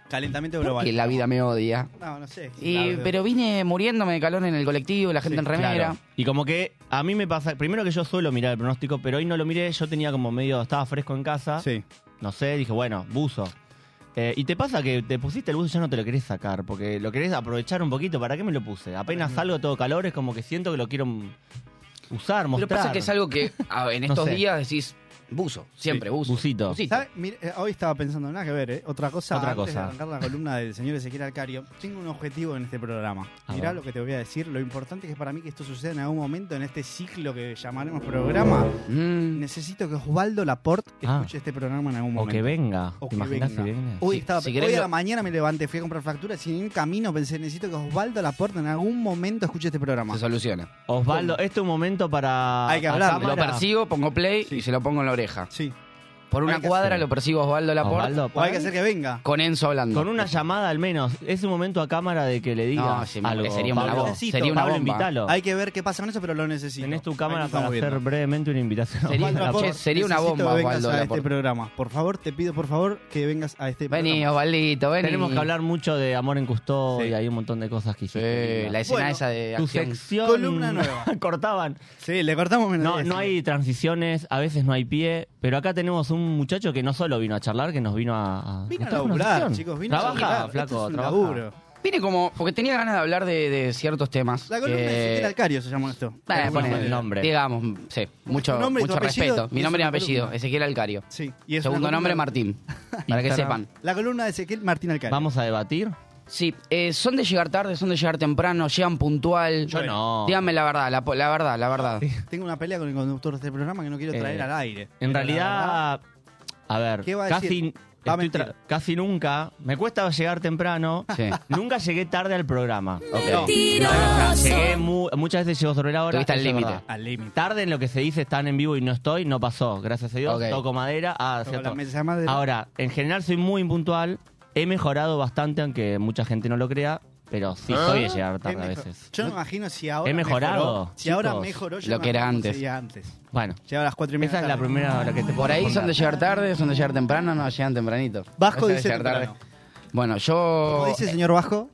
C: Calentamiento
D: "¿Por
C: global.
D: qué la vida me odia.
C: No, no sé.
D: Y,
C: Claro.
D: pero vine muriéndome de calor en el colectivo, la gente
C: Sí,
D: en remera.
B: Claro. Y como que a mí me pasa, primero que yo suelo mirar el pronóstico, pero hoy no lo miré, yo tenía como medio, estaba fresco en casa,
C: Sí.
B: no sé, dije, bueno, buzo. Eh, y te pasa que te pusiste el buzo y ya no te lo querés sacar, porque lo querés aprovechar un poquito, ¿para qué me lo puse? Apenas salgo todo calor, es como que siento que lo quiero mm, usar,
D: Pero
B: mostrar.
D: pasa que es algo que a ver, en
B: [laughs] No
D: estos
B: sé.
D: días decís buzo, siempre buzo.
B: Bucito.
C: ¿Sabe? Mira, eh, hoy estaba pensando, nada que ver, ¿eh? Otra cosa,
B: Otra
C: antes de
B: cosa.
C: arrancar la columna del señor Ezequiel Alcario, tengo un objetivo en este programa.
B: A
C: Mirá
B: ver.
C: lo que te voy a decir, lo importante que es para mí que esto suceda en algún momento en este ciclo que llamaremos programa.
D: Mm,
C: Necesito que Osvaldo Laporte
B: Ah.
C: escuche este programa en algún
B: O
C: momento.
B: que venga.
C: O
B: ¿Te
C: que
B: imaginas
C: venga.
B: si venga?
C: Hoy,
D: Sí,
C: estaba,
D: si
C: hoy
D: querés
C: a
D: lo-
C: la mañana me levanté, fui a comprar facturas y en el camino pensé, necesito que Osvaldo Laporte en algún momento escuche este programa.
D: se soluciona.
B: Osvaldo, este es un momento para.
C: Hay que
B: a
C: hablar,
B: cámara.
D: Lo persigo, pongo play
C: Sí.
D: y se lo pongo en la oreja.
C: Sí.
D: Por
C: Hay
D: una
C: que
D: cuadra
B: hacer.
D: lo percibo a Osvaldo Laporte
B: Osvaldo
C: O hay que
B: Paz.
C: hacer que venga.
D: con Enzo
C: Mm.
D: hablando.
B: Con una llamada al menos. Es un momento a cámara de que le
D: No,
B: digas
D: se me-
B: algo.
C: eh,
D: sería una
B: Pablo.
D: bomba.
C: Necesito,
D: Sería una
B: Pablo,
D: bomba.
B: invítalo.
C: Hay que ver qué pasa con eso, pero lo necesito.
B: Tenés tu
C: Ahí
B: cámara
C: estamos
B: para
C: viendo.
B: hacer brevemente una invitación.
D: Sería-
C: Osvaldo
D: Che,
C: Laporte,
D: sería una
C: necesito
D: bomba,
C: que vengas
D: Osvaldo
C: a este
D: Laporte.
C: programa. Por favor, te pido por favor que vengas a este
D: Vení,
C: programa.
D: Osvaldito, vení.
B: Tenemos que hablar mucho de amor en custodia
C: Sí.
B: y hay un montón de cosas que
D: Sí,
B: hiciste.
D: la escena
C: Bueno,
D: esa de
B: tu
D: acción.
B: sección. [laughs]
C: Columna nueva.
B: Cortaban.
C: Sí, le cortamos menos
B: No,
C: diez.
B: no hay transiciones, a veces no hay pie, pero acá tenemos un muchacho que no solo vino a charlar, que nos vino a. a
C: Vino a
B: mostrar una
C: laburar,
B: sección.
C: chicos. Vino
B: trabaja,
C: a laburar.
B: flaco,
C: Esto es un
B: trabaja.
C: laburo.
D: Vine como, porque tenía ganas de hablar de, de ciertos temas.
C: La columna de
D: que-
C: Ezequiel Alcario se llama esto.
D: Eh,
B: Ese
D: ponele,
B: fue el nombre.
D: Digamos, sí, mucho,
C: Tu nombre y tu
D: mucho
C: apellido
D: respeto. Mi
C: es
D: nombre y
C: una
D: apellido,
C: columna.
D: Ezequiel Alcario.
C: Sí. y es
D: Segundo
C: una columna-
D: nombre, Martín. para que
B: Instagram.
D: sepan.
C: La columna de Ezequiel Martín Alcario.
B: Vamos a debatir.
D: Sí, eh, son de llegar tarde, son de llegar temprano, llegan puntual.
B: Yo no.
D: Díganme la verdad, la, po- la verdad, la verdad.
C: Tengo una pelea con el conductor de este programa que no quiero traer
B: Eh,
C: al aire.
B: En
C: Pero la verdad,
B: realidad, a ver,
C: ¿Qué va a
B: casi,
C: decir? Va a
B: estoy tra-
C: mentir.
B: casi nunca, me cuesta llegar temprano,
D: Sí.
B: [laughs] nunca llegué tarde al programa.
D: Ok.
B: eh, Llegué mu- muchas veces llegó sobre la hora.
D: Estuviste al
B: eso es
D: límite.
B: verdad.
C: al límite.
B: Tarde en lo que se dice, están en vivo y no estoy, no pasó, gracias a Dios,
D: Ok.
B: toco madera. Ah,
C: Toco
B: cierto.
C: la mesa de madera.
B: Ahora, en general soy muy impuntual, he mejorado bastante, aunque mucha gente no lo crea, pero sí
D: ¿Ah?
B: soy de llegar
C: He
B: tarde a
C: mejor-
B: veces.
C: Yo me imagino si ahora.
B: He mejorado,
C: mejoró, si ahora
B: chicos.
C: mejoró, yo
D: Lo
C: me
D: que era
C: imagino
D: antes.
C: sería antes.
B: Bueno,
C: Llegaba a las 4 y media.
B: esa
C: de
B: es
C: la
B: la
C: tarde.
B: primera la que te puedo
D: Por ahí son de
B: responder.
D: llegar tarde, son de llegar temprano, no, llegan tempranito.
C: Vasco
D: Eso de
C: dice
D: llegar
C: temprano.
D: Bueno,
C: Como
D: yo...
C: dice el señor Bajo,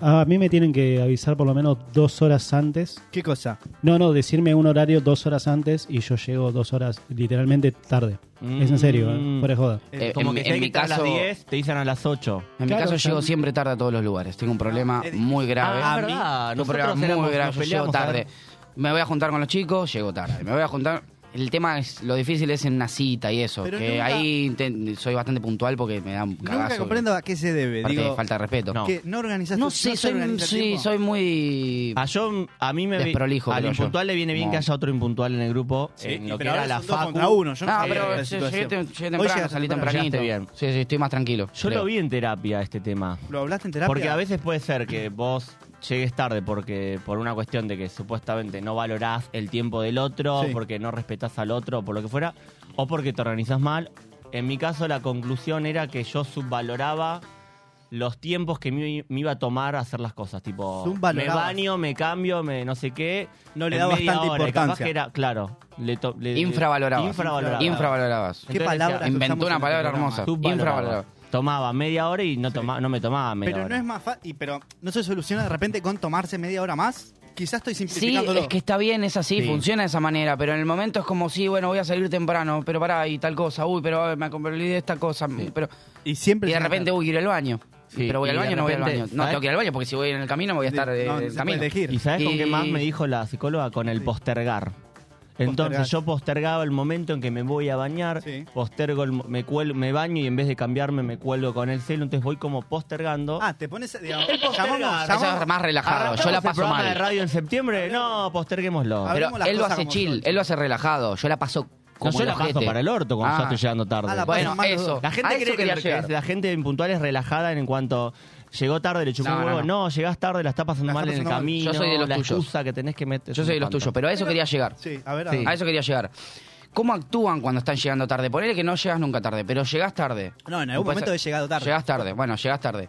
F: A mí me tienen que avisar por lo menos dos horas antes.
C: ¿qué cosa?
F: No, no, decirme un horario dos horas antes y yo llego dos horas literalmente tarde. Es en serio, ¿eh?
B: Mm.
F: fuera de joda.
D: eh,
B: Como
D: en,
B: que
D: mi-
B: si
D: en
B: hay que
D: mi
B: estar a
D: caso,
B: las 10, te dicen a las 8.
D: en mi
F: Claro,
D: caso
F: o sea,
D: llego siempre tarde a todos los lugares. Tengo un problema
C: es
D: muy grave.
B: Ah, es verdad,
D: Tengo un
B: nosotros
D: problema
B: éramos-
D: muy grave,
B: nos
D: yo llego
B: peleamos, a
D: tarde.
B: ver.
D: Me voy a juntar con los chicos, llego tarde. Me voy a juntar... El tema es, lo difícil es en una cita y eso.
C: Pero
D: que
C: nunca-
D: ahí te- soy bastante puntual porque me da un cagazo.
C: Nunca comprendo a qué se debe.
D: Aparte,
C: Digo,
D: falta de respeto.
B: No.
C: que no organizaste
D: No
C: no
D: sé,
C: se
D: soy,
C: organiza
D: sí,
C: tiempo.
D: soy muy...
B: A yo, a mí me vi-
D: Desprolijo,
B: Al
D: creo yo.
B: impuntual le viene bien
D: No.
B: que haya otro impuntual en el grupo.
C: Sí,
B: en lo
C: y
B: que
C: pero
B: era
C: ahora
B: la
C: son dos
B: facu.
C: contra uno. Yo no,
D: No,
C: sabía
D: pero
C: la
D: yo
C: situación.
D: llegué, tem- llegué
C: Hoy
D: temprano,
C: llegaste
D: salí
C: temprano.
D: tempranito.
B: Llegaste bien.
D: Sí, sí, estoy más tranquilo.
B: Yo
D: creo.
B: lo vi en terapia este tema.
C: ¿Lo hablaste en terapia?
B: Porque a veces puede ser que vos llegues tarde porque por una cuestión de que supuestamente no valorás el tiempo del otro,
C: Sí.
B: porque no respetás al otro, por lo que fuera, o porque te organizás mal. En mi caso la conclusión era que yo subvaloraba los tiempos que me, me iba a tomar hacer las cosas, tipo me
C: Subvalorabas.
B: baño, me cambio, me no sé qué,
C: No le
B: en
C: daba
B: media
C: bastante
B: hora, y capaz
C: importancia.
B: que era, claro, le to- le-
D: Infravalorabas.
B: eh, infravaloraba.
D: Infravalorabas.
C: ¿Qué
B: Entonces
C: palabra?
B: decía,
D: Inventó
C: usamos
D: una
C: en el
D: palabra
C: programa?
D: hermosa.
B: Subvaloraba.
D: Infravaloraba.
B: Tomaba media hora y no toma, no me tomaba media
C: Pero
B: hora.
C: no es más fácil. Pero no se soluciona de repente con tomarse media hora más. Quizás estoy
D: Sí,
C: simplificándolo.
D: es que está bien, es así,
B: Sí.
D: funciona de esa manera, pero en el momento es como, sí, bueno, voy a salir temprano, pero pará, y tal cosa, uy, pero ay, me olvidé esta cosa, pero...
C: Y siempre.
D: Y de
C: se me
D: repente, uy, quiero ir al baño.
B: Sí,
D: Pero voy
B: y
D: al
B: de
D: baño, no voy al
B: repente,
D: baño. No,
B: ¿sabes?
D: tengo que ir al baño porque si voy en el camino me voy a estar eh,
C: No,
D: en
C: no
D: el
C: se puede
D: camino.
C: elegir.
B: ¿Y sabes con qué más
D: Y-
B: me dijo la psicóloga? Con el
C: Sí.
B: postergar. Entonces
C: Postergar.
B: yo postergaba el momento en que me voy a bañar,
C: Sí.
B: postergo, el mo- me, cuelgo, me baño y en vez de cambiarme me cuelgo con el celo, entonces voy como postergando.
C: Ah, te pones. Digamos,
B: postergar.
C: llamamos,
D: Eso
C: llamamos-
D: es más relajado, yo la
B: ¿Arrancamos el
D: paso
B: programa
D: mal.
B: de radio en septiembre? No, posterguémoslo.
C: A ver,
D: Pero
C: Hablemos las
D: él lo
C: cosas
D: hace
C: como
D: chill,
C: son,
D: él lo hace relajado. Yo la paso
B: No,
D: como
B: yo
D: el
B: la paso
D: ojete.
B: para el orto cuando ya
D: Ah.
B: estoy llegando tarde.
C: Ah, la
B: Bueno,
D: Bueno,
C: pasan mal los
D: eso.
C: dos.
B: la
D: a
B: gente
D: eso
B: cree que,
D: quería
B: la-
D: llegar.
B: la gente puntual es relajada en cuanto llegó tarde, le chupó
D: No,
B: un
D: no,
B: huevo. No,
D: no.
B: llegás tarde, la estás pasando
C: La
B: mal
C: estás
B: en el
C: pasando mal.
B: camino.
D: Yo soy de los
B: la
D: tuyos.
B: excusa que tenés que meter.
D: Yo soy de los tuyos, pero a eso quería llegar.
C: Sí, a ver. a
B: Sí.
C: ver.
D: A eso quería llegar. ¿Cómo actúan cuando están llegando tarde? Ponele que no llegas nunca tarde, pero llegas tarde.
C: No, en algún
D: Puede
C: momento
D: ser-
C: he llegado tarde.
D: Llegas tarde, bueno, llegas tarde.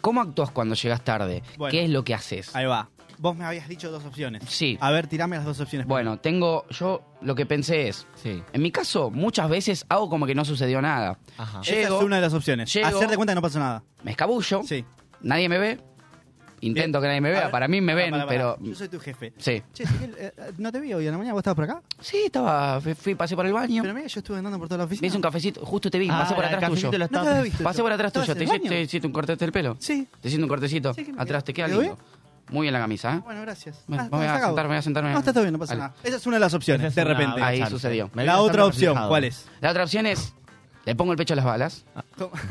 D: ¿Cómo actúas cuando llegas tarde?
C: Bueno.
D: ¿Qué es lo que haces?
C: Ahí va. Vos me habías dicho dos opciones.
D: Sí.
C: A ver, tirame las dos opciones.
D: Bueno, tengo. Yo lo que pensé es.
B: Sí.
D: En mi caso, muchas veces hago como que no sucedió nada.
B: Ajá.
C: Esa
D: Llego,
C: es una de las opciones.
D: llego.
C: Hacer de cuenta que no pasó nada.
D: me escabullo,
C: Sí.
D: nadie me ve. Intento que nadie me
C: A
D: vea,
C: ver, Ah,
D: para mí me
C: pará,
D: ven,
C: pará, pará.
D: pero.
C: Yo soy tu jefe.
D: Sí.
C: Che, Ezequiel, eh, eh, no te vi hoy en la mañana, vos estabas por acá.
D: Sí, estaba. fui- Fui, pasé por el baño.
C: Pero mira, yo estuve andando por toda la
D: Me
C: oficina.
D: hice un cafecito, justo te vi,
B: Ah,
D: pasé por
B: el
D: atrás
B: cafecito
D: tuyo.
B: lo
C: No te
B: estaba-
C: había visto.
D: Pasé
C: yo.
D: por atrás
C: ¿Estabas
D: tuyo,
C: en
D: te
C: el
D: hice,
C: baño?
D: te hice un cortete del pelo.
C: Sí.
D: Te siento un cortecito.
C: Sí, que me
D: Atrás te queda
C: ¿Quedó
D: lindo. Muy bien la camisa, ¿eh?
C: Bueno, gracias.
D: Bueno,
C: Ah,
D: me voy a
C: se acabó.
D: sentar, me voy a sentar, me voy a-
C: No, está todo bien, no pasa
D: Dale.
C: nada. Esa es una de las opciones,
B: Esa es
C: de
B: una
C: repente.
D: Ahí
B: chance.
D: sucedió.
B: Me
C: la
B: voy a
C: otra
B: estar
C: opción,
B: reflejado.
C: ¿cuál es?
D: La otra opción es, le pongo el pecho a las balas,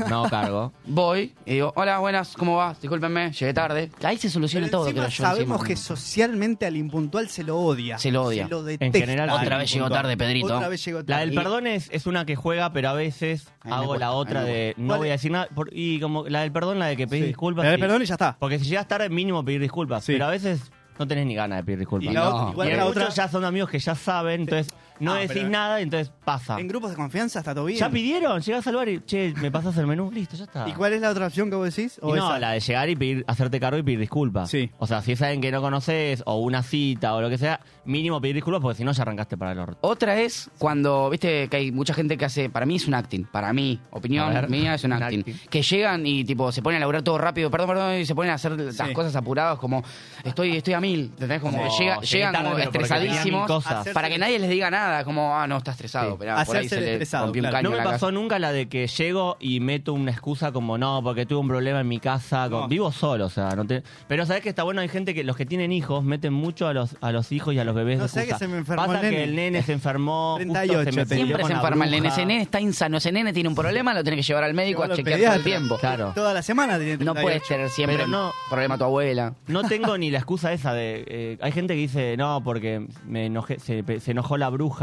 B: No cargo.
C: [laughs]
D: voy y digo, hola, buenas, ¿cómo vas? Discúlpenme, llegué tarde. Ahí se soluciona
C: Pero
D: todo,
C: encima
D: creo yo.
C: sabemos
D: encima.
C: que socialmente al impuntual se lo odia.
D: Se lo odia.
C: Se lo
D: En
C: detesta
B: general,
C: al
B: otra
D: vez llegó
C: impuntual.
D: tarde, Pedrito.
C: Otra vez llegó tarde.
B: La del perdón es, es una que juega, pero a veces
D: Ahí me
B: hago
D: cuesta,
B: la
D: ahí
B: otra
D: me
B: de no
C: ¿Cuál
B: voy a
C: es?
B: decir nada. por- y como la del perdón, la de que pedís
C: Sí.
B: disculpas.
C: La del
B: y-
C: perdón y ya está.
B: Porque si llegas tarde, mínimo pedir disculpas.
C: Sí.
B: Pero a veces no tenés ni ganas de pedir disculpas.
C: Y la
D: No.
C: otra- igual
B: Y
C: la
B: muchos
C: otra-
B: ya son amigos que ya saben, entonces no
C: Ah,
B: decís
C: pero-
B: nada, entonces
D: Ah.
B: pasa.
C: En grupos de confianza está todo bien.
B: ¿Ya pidieron? Llegás al bar y, che, ¿me pasas el menú? Listo, ya está.
C: ¿Y cuál es la otra opción que vos decís?
B: Y
C: ¿O
B: no,
C: esa?
B: la de llegar y pedir, hacerte cargo y pedir disculpas.
C: Sí.
B: O sea, si es alguien que no conoces, o una cita, o lo que sea, mínimo pedir disculpas, porque si no ya arrancaste para el orto.
D: Otra es cuando, viste, que hay mucha gente que hace, para mí es un acting, para mí,
B: A
D: opinión
B: ver.
D: mía es un
B: Un
D: acting,
B: acting.
D: que llegan y tipo se ponen a laburar todo rápido, perdón, perdón, y se ponen a hacer las
C: Sí.
D: cosas apuradas como estoy estoy a mil, ¿entendés? Como
B: Como,
D: llega-
B: llegué
D: llegan
B: tarde,
D: como
B: pero porque tenía mil
D: estresadísimos
B: cosas.
D: para que nadie les diga nada, como ah, no, está estresado,
B: Sí.
D: pero por ahí
C: Hacerse
D: se
C: el
D: le
C: estresado,
D: rompió un
C: claro.
D: caño
B: No me
D: en la
B: pasó
D: casa.
B: nunca la de que llego y meto una excusa como no, porque tuve un problema en mi casa. con-
C: No.
B: Vivo solo, o sea, no te... Pero sabes que está bueno, hay gente que los que tienen hijos meten mucho a los, a los hijos y a los bebés
C: No,
B: de
C: sé que
B: excusa.
C: se me enfermó
B: Pasa
C: el nene.
B: que el nene se
C: [laughs]
B: enfermó, justo
C: 38
B: se me
C: tenía.
B: peleó
D: Siempre
B: con
D: se
B: la
D: enferma el nene,
B: bruja.
D: ese nene está insano, ese nene tiene un problema, lo tiene que llevar al médico a
C: Llevarlo al
D: chequear todo el
C: pediatra.
D: tiempo.
B: Claro.
C: Toda la semana tenía
D: No puedes
C: 38.
D: tener siempre
B: Pero no-
D: un problema a tu abuela.
B: No tengo ni la excusa esa de. eh, hay gente que dice, no, porque me enojé, se, se enojó la bruja,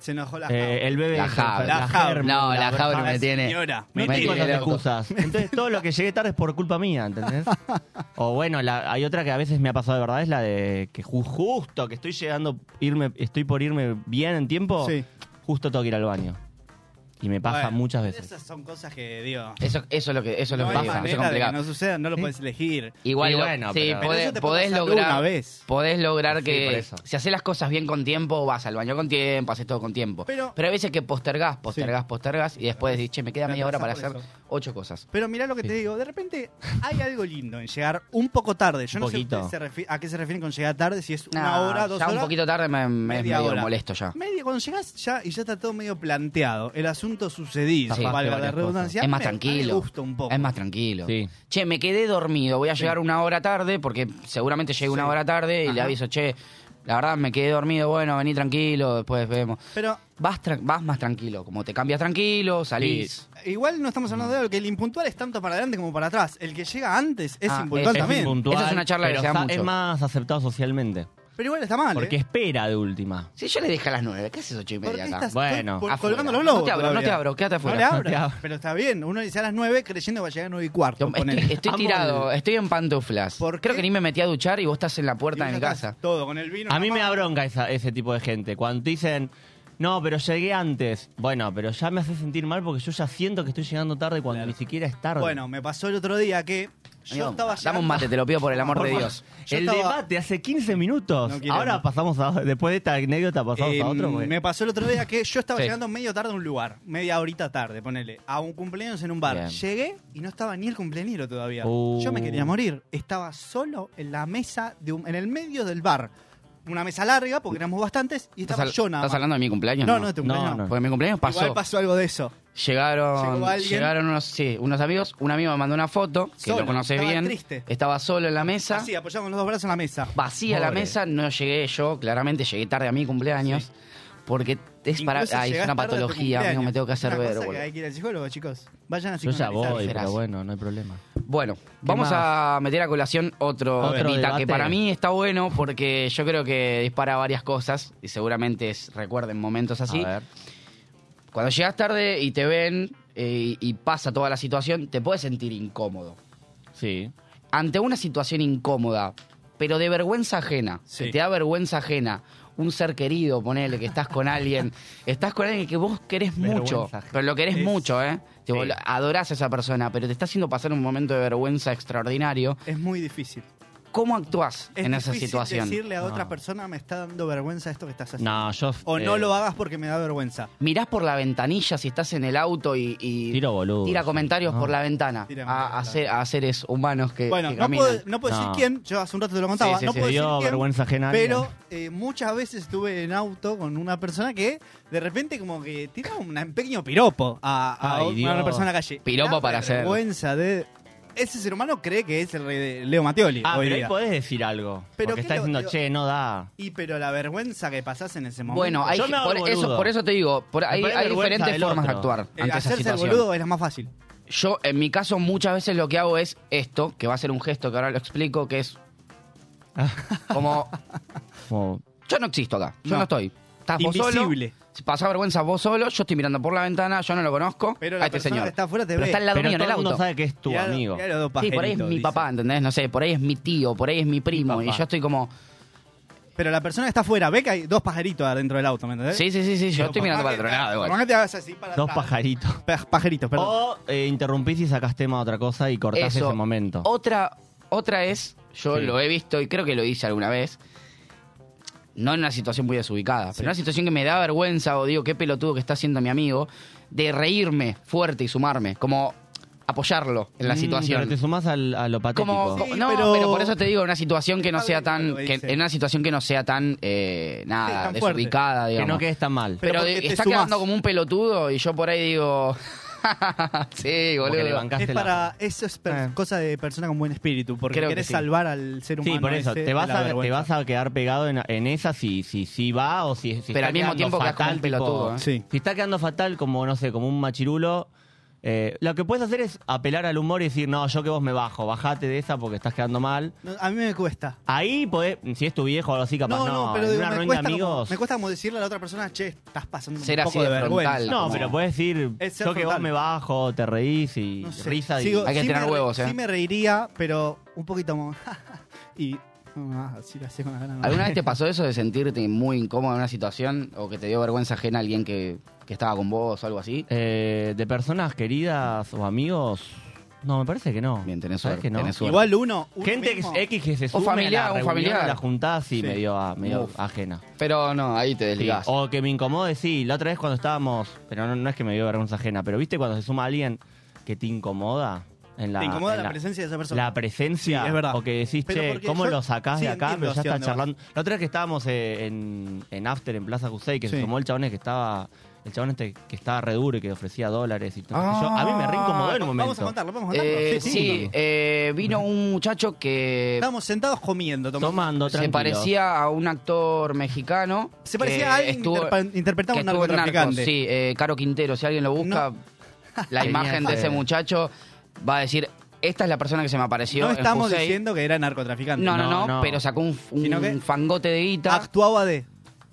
C: Se enojó la
B: eh, el bebé.
D: La
B: se-
D: Jabra.
C: La Jabra.
B: germu,
D: No, la Jabra
B: bruja.
D: me tiene.
C: señora.
B: No
D: me
B: tengo
D: tiene
B: esas
D: loco.
B: excusas. Entonces todo lo que llegué tarde es por culpa mía,
D: [laughs]
B: ¿entendés? O bueno, la- hay otra que a veces me ha pasado de verdad, es la de que ju- justo que estoy llegando, irme, estoy por irme bien en tiempo,
C: Sí.
B: justo tengo que ir al baño. Y me pasa
C: Bueno,
B: muchas veces.
C: Esas son cosas que, digo.
D: Eso, eso es lo que, eso es lo
C: no
D: que
C: hay
D: pasa, eso
C: manera de que
D: es complicado.
C: no suceda, no lo puedes elegir.
D: Igual,
B: Y
D: lo-
B: bueno,
D: sí,
B: pero-
D: podés,
B: Pero
C: eso te puede
D: podés
C: pasar
D: lograr,
C: una vez.
D: podés lograr
B: Sí, por
D: que
B: eso.
D: si haces las cosas bien con tiempo, vas al baño con tiempo, haces todo con tiempo.
C: Pero-
D: Pero, hay veces que postergás, postergás, postergás y después decís, che, me queda
C: Te
D: media hora para
C: atrasás
D: hacer
C: por
D: ocho cosas.
C: Pero mirá lo que te digo, de repente hay algo lindo en llegar un poco tarde. Yo
B: Un
C: no sé
B: poquito.
C: ustedes se refi- a qué se refieren con llegar tarde, si es una
D: Nah,
C: hora, dos
D: ya
C: horas.
D: un poquito tarde me, me es
C: media
D: medio
C: hora.
D: molesto ya.
C: Medio, cuando llegás ya y ya está todo medio planteado, el asunto sucedido,
D: Sí.
C: valga la
B: Varias
C: redundancia.
D: Es más
C: me-
D: tranquilo.
C: Me gusta un poco.
D: Es más tranquilo.
B: Sí.
D: Che, me quedé dormido, voy a llegar una hora tarde, porque seguramente llegué una hora tarde y le aviso, che, la verdad me quedé dormido, bueno, vení tranquilo, después vemos.
C: Pero
D: Vas, tra- vas más tranquilo, como te cambias tranquilo, salís.
C: igual no estamos hablando de algo que el impuntual es tanto para adelante como para atrás. El que llega antes es
D: Ah,
C: impuntual
D: es
C: también.
B: impuntual,
D: Esa es una charla que
B: pero
D: se da
B: sa-
D: mucho.
B: es más aceptado socialmente.
C: Pero igual está mal.
B: Porque
C: ¿eh?
B: espera de última.
D: Si yo le dije a las nueve, ¿qué haces ocho y
C: ¿Por
D: media
C: qué
D: acá?
C: estás
B: Bueno,
C: col- col-
D: afuera.
C: colgando los globos?
D: No te abro, no
C: todavía?
D: te abro, quédate afuera.
C: No le
D: No
C: abras,
B: te abro.
C: Pero está bien, uno dice a las 9 creyendo que va a llegar a 9 y cuarto.
D: Yo
C: ponele.
D: Estoy, estoy
B: Amo
D: tirado, estoy en pantuflas.
C: ¿Por
D: Creo
C: qué?
D: que ni me metí a duchar y vos estás en la
C: Y
D: puerta de
C: vos
D: mi
C: sacás
D: casa.
C: Todo, con el vino.
B: [laughs] A
C: en
B: mí
C: la
B: me da
C: mano.
B: bronca esa- ese tipo de gente. Cuando te dicen, no, pero llegué antes. Bueno, pero ya me hace sentir mal porque yo ya siento que estoy llegando tarde cuando
C: Claro.
B: ni siquiera es tarde.
C: Bueno, me pasó el otro día que yo
D: Amigo,
C: estaba
D: Dame un
C: llegando-
D: mate, te lo pido por el amor de
B: Por
D: Dios.
B: favor.
C: Yo
B: el
C: estaba-
B: debate hace 15 minutos.
C: No quiero,
B: Ahora
C: no.
B: pasamos a. Después de esta anécdota, pasamos
C: Eh,
B: a otro. pues. porque-
C: me pasó el otro día que yo estaba
D: Sí.
C: llegando medio tarde a un lugar, media horita tarde, ponele, a un cumpleaños en un bar.
B: Bien.
C: Llegué y no estaba ni el cumpleañero todavía.
B: Uh.
C: Yo me quería morir. Estaba solo en la mesa, de un- en el medio del bar. Una mesa larga, porque éramos bastantes, y
D: ¿Estás,
C: estaba
D: al-
C: yo nada
D: estás
C: más.
D: hablando de mi cumpleaños?
C: No, no, de tu cumpleaños.
B: No, no.
D: Porque mi cumpleaños pasó.
C: Igual pasó algo de eso.
D: Llegaron,
C: Llegó alguien.
D: llegaron unos, sí, unos amigos. Un amigo me mandó una foto, que
C: Solo,
D: lo conoces
C: estaba
D: bien.
C: triste.
D: Estaba solo en la mesa.
C: Así, apoyado con los dos brazos en la mesa.
D: vacía la
B: Pobre.
D: mesa, no llegué yo, claramente llegué tarde a mi cumpleaños, porque es para
C: Incluso
D: ay, es
C: llegás
D: una
C: tarde a tu
D: patología, amigo,
C: cumpleaños.
D: me tengo que hacer
C: Una
D: ver.
C: cosa que
D: boludo.
C: hay que ir al psicólogo, chicos. Vayan a
B: yo ya
C: psicoanalizar.
B: voy,
D: Gracias.
B: pero bueno, no hay problema.
D: Bueno, vamos
B: más?
D: a meter a colación otro,
B: Otro
D: temita
B: debate.
D: que para mí está bueno porque yo creo que dispara varias cosas y seguramente es- recuerden momentos así.
B: A ver.
D: Cuando llegas tarde y te ven eh, y pasa toda la situación, te puedes sentir incómodo.
B: Sí.
D: ante una situación incómoda, pero de vergüenza ajena,
C: Sí.
D: que te da vergüenza ajena, un ser querido, ponele, que estás
C: [laughs]
D: con alguien, estás con alguien que vos querés
B: Vergüenza
D: mucho,
B: ajena.
D: pero lo querés
C: Es-
D: mucho, ¿eh? Tipo,
B: Sí.
D: lo- adorás a esa persona, pero te está haciendo pasar un momento de vergüenza extraordinario.
C: Es muy difícil.
D: ¿Cómo actuás
C: Es
D: en esa
C: difícil
D: situación?
C: decirle a otra
B: No.
C: persona me está dando vergüenza esto que estás haciendo.
B: No, yo.
C: O no
B: eh,
C: lo hagas porque me da vergüenza.
D: Mirás por la ventanilla si estás en el auto y, y
B: Tiro boludo.
D: tira comentarios
B: No.
D: por la ventana
C: Tira
D: a, a
C: comentarios.
D: ser- a seres humanos que,
C: Bueno,
D: que
C: no
D: caminan.
C: puedo, no puedo decir
B: No.
C: quién, yo hace un rato te lo contaba,
D: Sí, sí,
C: no
D: sí.
C: puedo
B: Me dio
C: decir quién,
B: vergüenza ajena. a alguien.
C: pero eh, muchas veces estuve en auto con una persona que de repente como que tira una- un pequeño piropo a, a
B: Ay,
C: una
B: Dios.
C: persona en la calle.
D: Piropo
C: La
D: para hacer.
C: vergüenza de... Ese ser humano cree que es el rey de Leo Matteoli
B: Ah,
C: hoy
B: pero ahí
C: día.
B: podés decir algo.
C: Pero
B: porque
C: ¿qué
B: está
C: lo-
B: diciendo,
C: digo-
B: che, no da.
C: Y pero la vergüenza que pasás en ese momento.
D: Bueno, hay,
B: Yo me hago
D: por,
B: el
D: eso,
B: boludo.
D: por eso te digo, por, hay,
B: parece
D: hay
B: vergüenza
D: diferentes
B: del
D: formas de
B: otro.
D: actuar
C: Eh,
D: ante esa
C: hacerse el
D: situación.
C: boludo es la más fácil.
D: Yo, en mi caso, muchas veces lo que hago es esto, que va a ser un gesto que ahora lo explico,
C: [laughs]
D: que es como,
B: Como,
D: yo no existo acá, yo
C: No.
D: no, estoy. Estás vos solo,
C: Invisible.
D: si pasás vergüenza vos solo, yo estoy mirando por la ventana, yo no lo conozco
C: Pero
D: a
C: la
D: este
C: persona
D: señor.
C: que está afuera te
D: pero
C: ve.
D: está al lado
B: pero
D: mío en
B: todo
D: el
B: el mundo
D: auto.
B: sabe que es tu
C: Mirá lo-
B: amigo.
C: mirá los dos
D: Sí, por ahí es
C: pajeritos,
D: mi
C: dice.
D: papá, ¿entendés? No sé, por ahí es mi tío, por ahí es mi primo, y
B: papá.
D: yo estoy como...
C: Pero la persona que está afuera ve que hay dos pajaritos adentro del auto, ¿me entendés?
D: Sí, sí, sí, sí, yo
C: ¿Eh? Pero
D: estoy
C: por
D: mirando
C: más
D: para
C: que-
D: otro lado
C: por
D: igual.
C: más que te hagas así para
B: Dos
C: atrás.
B: pajaritos.
C: Pa- Pajaritos, perdón.
B: O eh, interrumpís y sacaste tema a otra cosa y cortás
D: Eso.
B: ese momento.
D: Otra, otra es, yo
B: Sí.
D: lo he visto y creo que lo hice alguna vez, no en una situación muy desubicada, pero en una situación que me da vergüenza o digo qué pelotudo que está haciendo mi amigo, de reírme fuerte y sumarme, como apoyarlo en la
B: Mm,
D: situación.
B: Pero te sumás al, a lo patético.
D: Como,
C: Sí,
D: no,
C: pero-
D: pero... por eso te digo, una situación que no
C: Está
D: sea
C: bien,
D: tan,
C: lo
D: que-
C: dice.
D: en una situación que no sea tan, eh,
C: Sí,
D: nada,
C: tan fuerte.
D: desubicada,
B: que
D: digamos.
B: no quedes tan mal.
C: Pero
D: Pero
C: porque
D: de-
C: te
D: está
C: sumás.
D: quedando como un pelotudo y yo por ahí digo. [laughs] sí,
B: Como que le
D: boludo.
B: bancaste la-
C: es para, eso es per-
B: Eh.
C: cosa de persona con buen espíritu, porque
D: Creo que
C: querés
D: sí.
C: salvar al ser humano.
B: Sí, por eso.
C: ese
B: Te
C: de
B: vas,
C: la
B: a, te
C: vergüenza.
B: vas a quedar pegado en, en esa si, si, si va o si, si
D: Pero
B: está
D: al mismo
B: quedando
D: tiempo quedás como
B: fatal,
D: un pelotudo.
B: tipo-
D: ¿eh?
C: Sí.
B: Si está quedando fatal, como no sé, como un machirulo. eh, lo que puedes hacer es apelar al humor y decir, no, yo que vos me bajo, bajate de esa porque estás quedando mal.
C: No, a mí me cuesta.
B: Ahí podés, si es tu viejo o algo así, capaz no.
C: no, no, pero
B: en
C: digo,
B: una
C: me,
B: reunión de
C: cuesta como,
B: amigos.
C: me cuesta como decirle a la otra persona, che, estás pasando
D: Ser
C: un
D: así
C: poco
D: de
C: de vergüenza.
D: frontal.
B: no,
D: como-
B: pero puedes decir,
C: Es ser
B: yo que vos
C: frontal.
B: me bajo, te reís y
C: No sé,
B: risa
C: sigo-
B: y.
D: Hay que
C: sí
D: tener
C: me re-
D: huevos, ¿eh?
C: Sí me reiría, pero un poquito más. [laughs] y no, ah, si lo hacés con la gana, no.
D: ¿Alguna
C: [laughs]
D: vez te pasó eso de sentirte muy incómodo en una situación o que te dio vergüenza ajena a alguien que, que estaba con vos o algo así?
B: Eh, de personas queridas o amigos. No, me parece que no.
D: Bien, tenés
B: ¿Sabés
D: suerte,
B: que no?
D: tenés suerte.
C: Igual uno, uno
B: Gente
C: mismo-
B: X que se
D: O
B: sume
D: familiar,
B: a la
D: un
B: reunión,
D: familiar.
B: a la juntada, sí, medio, a- medio
D: Uf.
B: ajena.
D: Pero no, ahí te
B: Sí,
D: desligás.
B: O que me incomode, sí. La otra vez cuando estábamos, pero no, no es que me dio vergüenza ajena, pero viste cuando se suma alguien que te incomoda en la,
C: te incomoda
B: en
C: la, presencia de esa persona.
B: la presencia,
C: Sí, es verdad.
B: o que decís,
C: Pero
B: che,
C: porque
B: ¿cómo
C: yo-
B: lo sacás
C: sí,
B: de acá?
C: entiendo
B: Pero ya
C: hacia
B: está
C: dónde vas.
B: charlando. La otra vez que estábamos eh, en, en After, en Plaza Jusey, que
C: Sí.
B: se sumó el chabón ese que estaba. El chabón este que estaba re duro y que ofrecía dólares y todo. Y yo- a mí me re incomodó en un momento.
C: Ah, Vamos a contarlo, vamos a contarlo.
D: Eh, sí, eh, vino un muchacho que
C: Estábamos sentados comiendo, tomando.
B: Tomando,
D: se
B: tranquilo.
D: parecía a un actor mexicano.
C: Se
D: que
C: parecía a alguien
D: estuvo-
C: que interpa- interpretaba
D: que
C: un
D: estuvo en
C: narcotraficante.
D: Narcos, sí, eh, Caro Quintero, si alguien lo busca, la
B: Tenía
D: imagen de
B: ese-
D: ese muchacho va a decir, esta es la persona que se me apareció.
C: No
D: en
C: estamos
D: Fusei".
C: diciendo que era narcotraficante.
D: No, no,
B: No,
D: no,
B: no.
D: pero sacó un, un
C: Sino que-
D: fangote de guita
C: Actuaba de.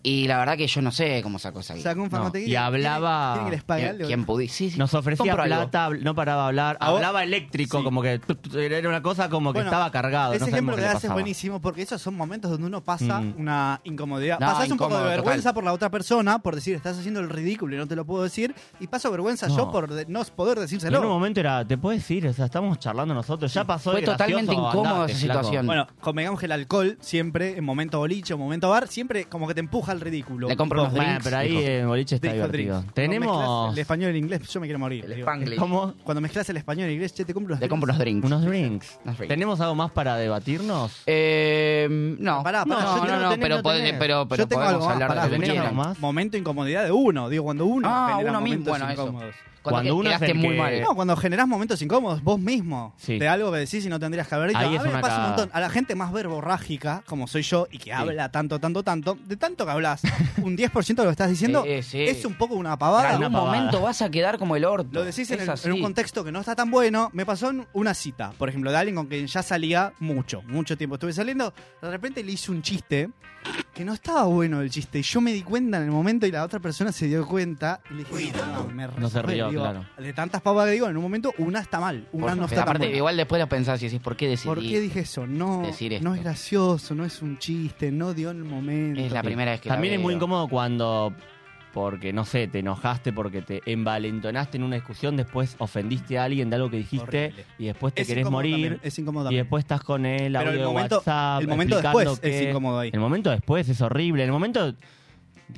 D: y la verdad que yo no sé cómo sacó esa guita.
C: Sacó un fangotequillo.
B: y hablaba-
C: ¿Quieren que les pague algo?
D: ¿Quién pudi- Sí, sí.
B: Nos ofrecía
D: Compro algo.
B: plata, no paraba de hablar,
C: ¿A vos?
B: hablaba eléctrico,
C: Sí.
B: como que tu, tu, era una cosa como que
C: Bueno,
B: estaba cargado.
C: Ese
B: no
C: ejemplo
B: sabemos
C: que
B: qué le
C: das es
B: pasaba.
C: buenísimo porque esos son momentos donde uno pasa
B: Mm.
C: una incomodidad.
D: No,
C: Pasas un poco de
D: incómodo,
C: vergüenza
D: total.
C: por la otra persona por decir, estás haciendo el ridículo y no te lo puedo decir. Y paso vergüenza yo
B: No.
C: por de- no poder
B: Y En un
C: decírselo.
B: momento era, te puedes ir, o sea, estamos charlando nosotros, ya pasó
D: Fue
B: de gracioso,
D: totalmente incómodo
B: andate,
D: esa
B: flaco.
D: situación.
C: Bueno, convengamos que el alcohol siempre, en momento boliche o momento bar, siempre como que te empuja al ridículo.
D: Le compro unos
B: Bueno,
D: drinks.
B: pero ahí
D: dijo.
B: en boliche está
C: Dijo
B: divertido.
C: drinks. Cuando mezclas
B: Tenemos
C: El español y el inglés, yo me quiero morir.
D: El
C: digo.
D: Spanglish.
B: ¿cómo?
C: Cuando mezclas el español y el inglés, che, te compro los
D: Le compro unos drinks.
B: unos drinks.
D: Unos drinks.
B: ¿Tenemos algo más para debatirnos?
D: Eh, no.
C: Pará, pará, yo
D: no,
C: tengo-
D: no, no,
B: tenés,
D: pero,
B: no
D: podés-
B: tenés.
D: pero, pero
C: Yo tengo
D: podemos
C: algo más,
D: hablar
C: pará,
D: de lo que
B: escuchame.
D: quieran.
B: Más.
C: Momento de incomodidad de uno. Digo, cuando uno
D: Ah,
C: genera
D: uno mismo,
C: momentos
D: bueno, eso.
C: incómodos.
B: Cuando
D: te
B: uno es
D: quedaste
B: el
D: muy
B: que-
D: mal.
B: Eh,
C: No, cuando generás momentos incómodos vos mismo
B: Sí.
C: de algo que decís y no tendrías que haber dicho.
B: Ahí
C: a
B: es
C: mí me
B: una
C: pasa un
B: cagada.
C: montón. A la gente más verborrágica, como soy yo, y que habla tanto, tanto, tanto, de tanto que hablas, un 10% de lo que estás diciendo
D: Sí, sí.
C: es un poco una
D: En
C: pavada.
D: algún
B: Una pavada.
D: momento vas a quedar como el orto.
C: Lo decís en,
D: Es
C: el- en
D: así.
C: un contexto que no está tan bueno. Me pasó en una cita, por ejemplo, de alguien con quien ya salía mucho, mucho tiempo estuve saliendo. De repente le hice un chiste que no estaba bueno el chiste. Y yo me di cuenta en el momento y la otra persona se dio cuenta. Y le dije, no, no, me
B: No se
C: resorré.
B: rió,
C: Digo,
B: claro.
C: De tantas papas que digo, en un momento una está mal, una
D: Por-
C: no
D: pero
C: está tan
D: aparte,
C: buena.
D: igual después lo pensás y decís, ¿por qué decidí?
C: ¿Por qué dije eso? No,
D: decir
C: no es
D: esto.
C: gracioso, no es un chiste, no dio en el momento.
D: Es la
B: Sí.
D: primera vez que la
B: También es
D: veo.
B: muy incómodo cuando, porque no sé, te enojaste porque te envalentonaste en una discusión, después ofendiste a alguien de algo que dijiste
C: Horrible.
B: y después te
C: Es
B: querés
C: incómodo
B: morir
C: también, es incómodo
B: y
C: también.
B: después estás con él,
C: Pero
B: audio
C: el
B: de
C: momento-
B: WhatsApp,
C: el momento
B: explicando
C: después es
B: que-
C: incómodo ahí.
B: El momento después es horrible. El momento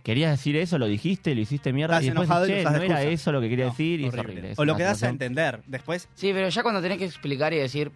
B: querías decir eso, lo dijiste, lo hiciste mierda
C: Estás
B: y después
C: enojado y
B: che,
C: lo usás
B: no
C: de
B: era
C: excusa.
B: eso lo que quería
C: No,
B: decir y es
C: horrible.
B: horrible. Es
C: O lo
B: una
C: que das a
B: situación-
C: entender. Después,
D: Sí, pero ya cuando tenés que explicar y decir,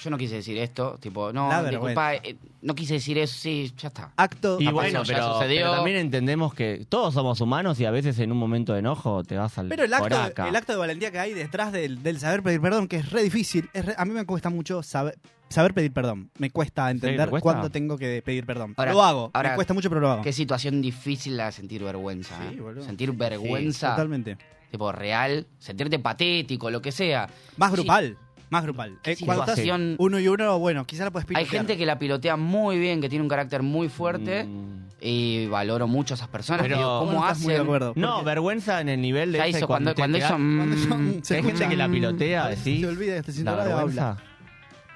D: yo no quise decir esto, tipo, no,
C: Da
D: disculpa, eh, no quise decir eso, sí, ya está.
C: acto.
B: Y
D: Ya
B: bueno,
D: pasó, ya
B: pero,
D: sucedió.
B: pero también entendemos que todos somos humanos y a veces en un momento de enojo te vas al
C: Pero el acto,
B: poraca.
C: el acto de valentía que hay detrás del, del saber pedir perdón, que es re difícil, es re- a mí me cuesta mucho saber, saber pedir perdón. Me cuesta entender
B: ¿te cuesta?
C: cuándo tengo que pedir perdón.
D: Ahora-
C: lo hago, me
D: ahora-
C: cuesta mucho, pero lo hago.
D: Qué situación difícil la de sentir vergüenza.
C: Sí,
D: ¿eh?
C: boludo.
D: Sentir vergüenza,
C: Totalmente.
D: tipo, real, sentirte patético, lo que sea.
C: Más
D: Sí.
C: grupal, más grupal. Eh,
D: Sí,
C: cuando estás
D: situación-
C: uno y uno, bueno, quizás la puedes pedir.
D: Hay gente que la pilotea muy bien, que tiene un carácter muy fuerte
B: Mm.
D: y valoro mucho a esas personas.
B: Pero-
D: digo, ¿Cómo
C: estás muy de
D: hacen?
C: acuerdo.
B: No,
C: porque
B: vergüenza en el nivel de
D: Ya
B: ese
D: hizo cuando,
B: te
D: cuando
B: quedás-
D: hizo.
C: cuando hizo,
D: mm,
C: se
B: Hay gente
C: escucha
B: que la pilotea,
C: se
B: decís.
C: olvida que te
B: La
C: habla.
B: vergüenza.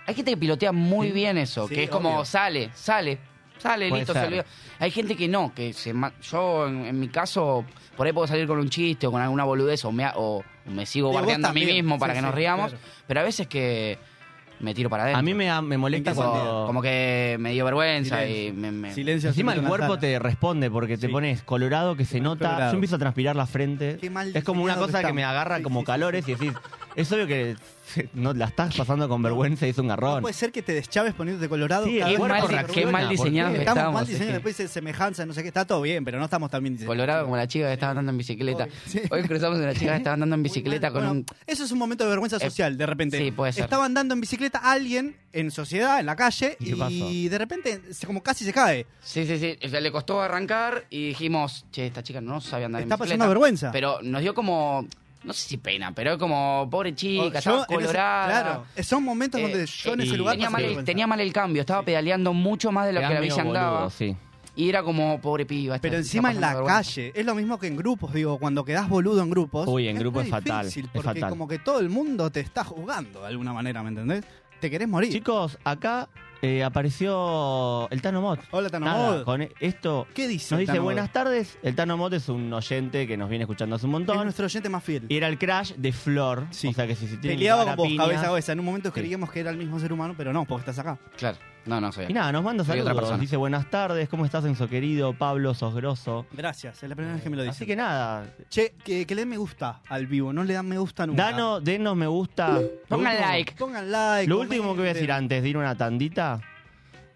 D: Hay gente que pilotea muy
C: Sí.
D: bien eso,
C: Sí,
D: que es como
C: obvio.
D: sale, sale. Sale,
B: Puede
D: listo,
B: ser.
D: se olvidó. Hay gente que no, que se ma- yo en, en mi caso, por ahí puedo salir con un chiste o con alguna boludez o me, ha- o me sigo
C: Y vos
D: bardeando a mí
C: también.
D: mismo para
C: Sí,
D: que
C: sí,
D: nos riamos,
C: claro.
D: pero a veces que me tiro para adentro.
B: A mí me, da- me molesta
C: ¿En qué
B: cuando...
C: sentido?
D: Como que me dio vergüenza
C: Silencio.
D: y eh, me... me-
C: Silencio.
B: Encima el
C: absoluto en la
B: cuerpo
C: sala.
B: te responde porque te
C: Sí.
B: pones colorado que se nota.
C: colorado.
B: Yo empiezo a transpirar la frente.
C: Qué mal
B: es como una
C: diseñado que
B: cosa que, me
C: estamos.
B: agarra
C: Sí,
B: como
C: sí, sí,
B: calores y decís, es obvio que [laughs] no la estás pasando con vergüenza y es un
C: No
B: garrón.
C: puede ser que te deschaves poniéndote colorado.
B: Sí, el
C: cada
D: Qué
C: vez
B: cuerpo
C: más
D: mal,
C: vergüenza.
B: reacciona,
D: qué mal
B: ¿por
D: diseñados
B: qué?
D: que
C: Estamos mal
D: estábamos,
C: diseñados,
D: es que-
C: después dice semejanza, no sé qué, está todo bien, pero no estamos tan bien diseñados.
D: Colorado como la chica que estaba andando en bicicleta.
C: Sí.
D: Hoy cruzamos a una chica que estaba andando en bicicleta con
C: Bueno,
D: un... Eh,
C: Eso es un momento de vergüenza social, de repente.
D: sí, puede ser.
C: Estaba andando en bicicleta alguien en sociedad, en la calle,
B: ¿Y qué pasó?
C: y de repente se- como casi se cae.
D: Sí, sí, sí. O sea, le costó arrancar y dijimos, che, esta chica no sabe andar
C: Está
D: en bicicleta.
C: pasando vergüenza.
D: Pero nos dio como... No sé si pena, pero como pobre
C: O-
D: chica,
C: Oh, yo en
D: estaba
C: ese-
D: colorada.
C: claro, son momentos
D: Eh,
C: donde yo en
D: eh,
C: ese
B: y
C: lugar
D: tenía
C: pasé
D: mal, el,
C: vergüenza.
D: tenía mal el cambio, estaba pedaleando mucho más de lo
B: Te
D: que la
B: dan
D: bici
B: medio boludo,
D: andaba.
B: sí.
D: Y era como, pobre piba. esta-
C: Pero
D: está
C: encima en la
D: pasando vergüenza.
C: calle, es lo mismo que en grupos, digo, cuando quedás boludo en grupos.
B: Uy, en grupo
C: muy
B: es fatal,
C: difícil,
B: es
C: Porque
B: fatal.
C: como que todo el mundo te está jugando de alguna manera, ¿me entendés? Te querés morir.
B: Chicos, acá eh, apareció el Tano Mot.
C: Hola, Tano
B: Nada,
C: Mod.
B: con esto
C: ¿Qué dice?
B: nos dice
C: Tano Mod?
B: buenas tardes. El Tano Mot es un oyente que nos viene escuchando hace un
C: Es
B: montón.
C: nuestro oyente más fiel.
B: Y era el crash de Flor.
C: Sí.
B: O sea que si se tiene que
C: Peleaba
B: cagar
C: con
B: a
C: vos,
B: piñas-
C: cabeza a cabeza. En un momento
B: Sí.
C: creíamos que era el mismo ser humano, pero no, porque estás acá.
D: Claro. No, no, soy
B: Y nada, nos manda
D: Soy otra
B: saludos.
D: persona.
B: Dice buenas tardes, ¿cómo estás, Enzo querido? Pablo, sos grosso.
C: Gracias, Ah, es la primera vez que me lo dice.
B: Así que nada,
C: Che, Eh, que, que le den me gusta al vivo, no le dan me gusta nunca.
B: Dano, denos me gusta.
D: Pongan
B: Lo último-
D: like.
C: Pongan like.
B: Lo último que voy a
C: comenten.
B: decir antes de ir a una tandita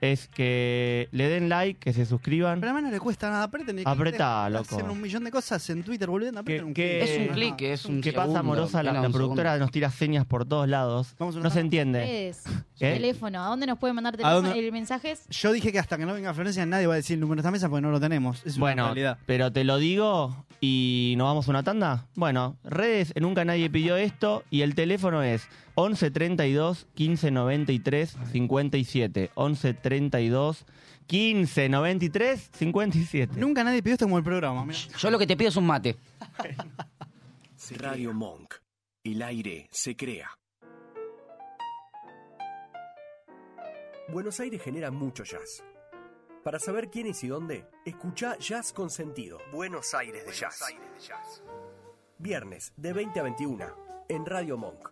B: es que le den like, que se suscriban.
C: Pero a mí no le cuesta nada, apreten. el clic,
B: Apretá,
C: dejan de
B: loco.
C: Hacer un millón de cosas en Twitter, volviendo
B: Que-
C: apreten un
B: que-
C: clic.
D: Es un
C: Ah,
D: clic, es un
B: eh, ¿Qué pasa,
D: segundo,
B: amorosa? La,
D: era
B: la
D: un
B: productora nos tira señas por todos lados.
C: Vamos a una
B: No se
C: tanda.
B: entiende.
G: Redes,
B: ¿Eh?
G: teléfono, ¿a dónde nos pueden mandar
C: ¿A
G: teléfono,
C: dónde?
G: el mensajes?
C: Yo dije que hasta que no venga Florencia nadie va a decir el número de esta mesa porque no lo tenemos. Es una
B: Bueno,
C: realidad.
B: pero te lo digo y nos vamos a una tanda. Bueno, redes, nunca nadie pidió esto y el teléfono es 11 32 15 93 57. 11 32 15 93 57.
C: Nunca nadie pidió esto como el programa. mirá.
D: Yo lo que te pido es un mate.
A: Radio Monk. El aire se crea. Buenos Aires genera mucho jazz. Para saber quién es y dónde, escucha Jazz con Sentido. Buenos Aires de, jazz. Viernes, de 20 a 21, en Radio Monk.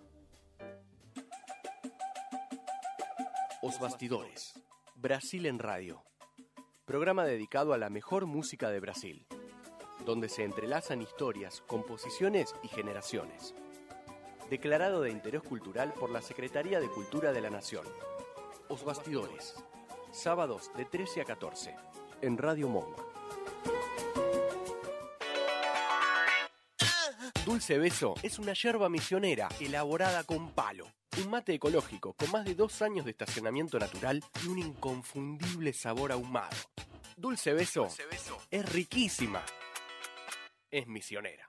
A: Os Bastidores. Brasil en Radio. Programa dedicado a la mejor música de Brasil donde se entrelazan historias, composiciones y generaciones. Declarado de interés cultural por la Secretaría de Cultura de la Nación. Os Bastidores. Sábados de 13 a 14. En Radio Monk. Dulce Beso es una yerba misionera elaborada con palo. Un mate ecológico con más de dos años de estacionamiento natural y un inconfundible sabor ahumado. Dulce Beso, es riquísima es misionera.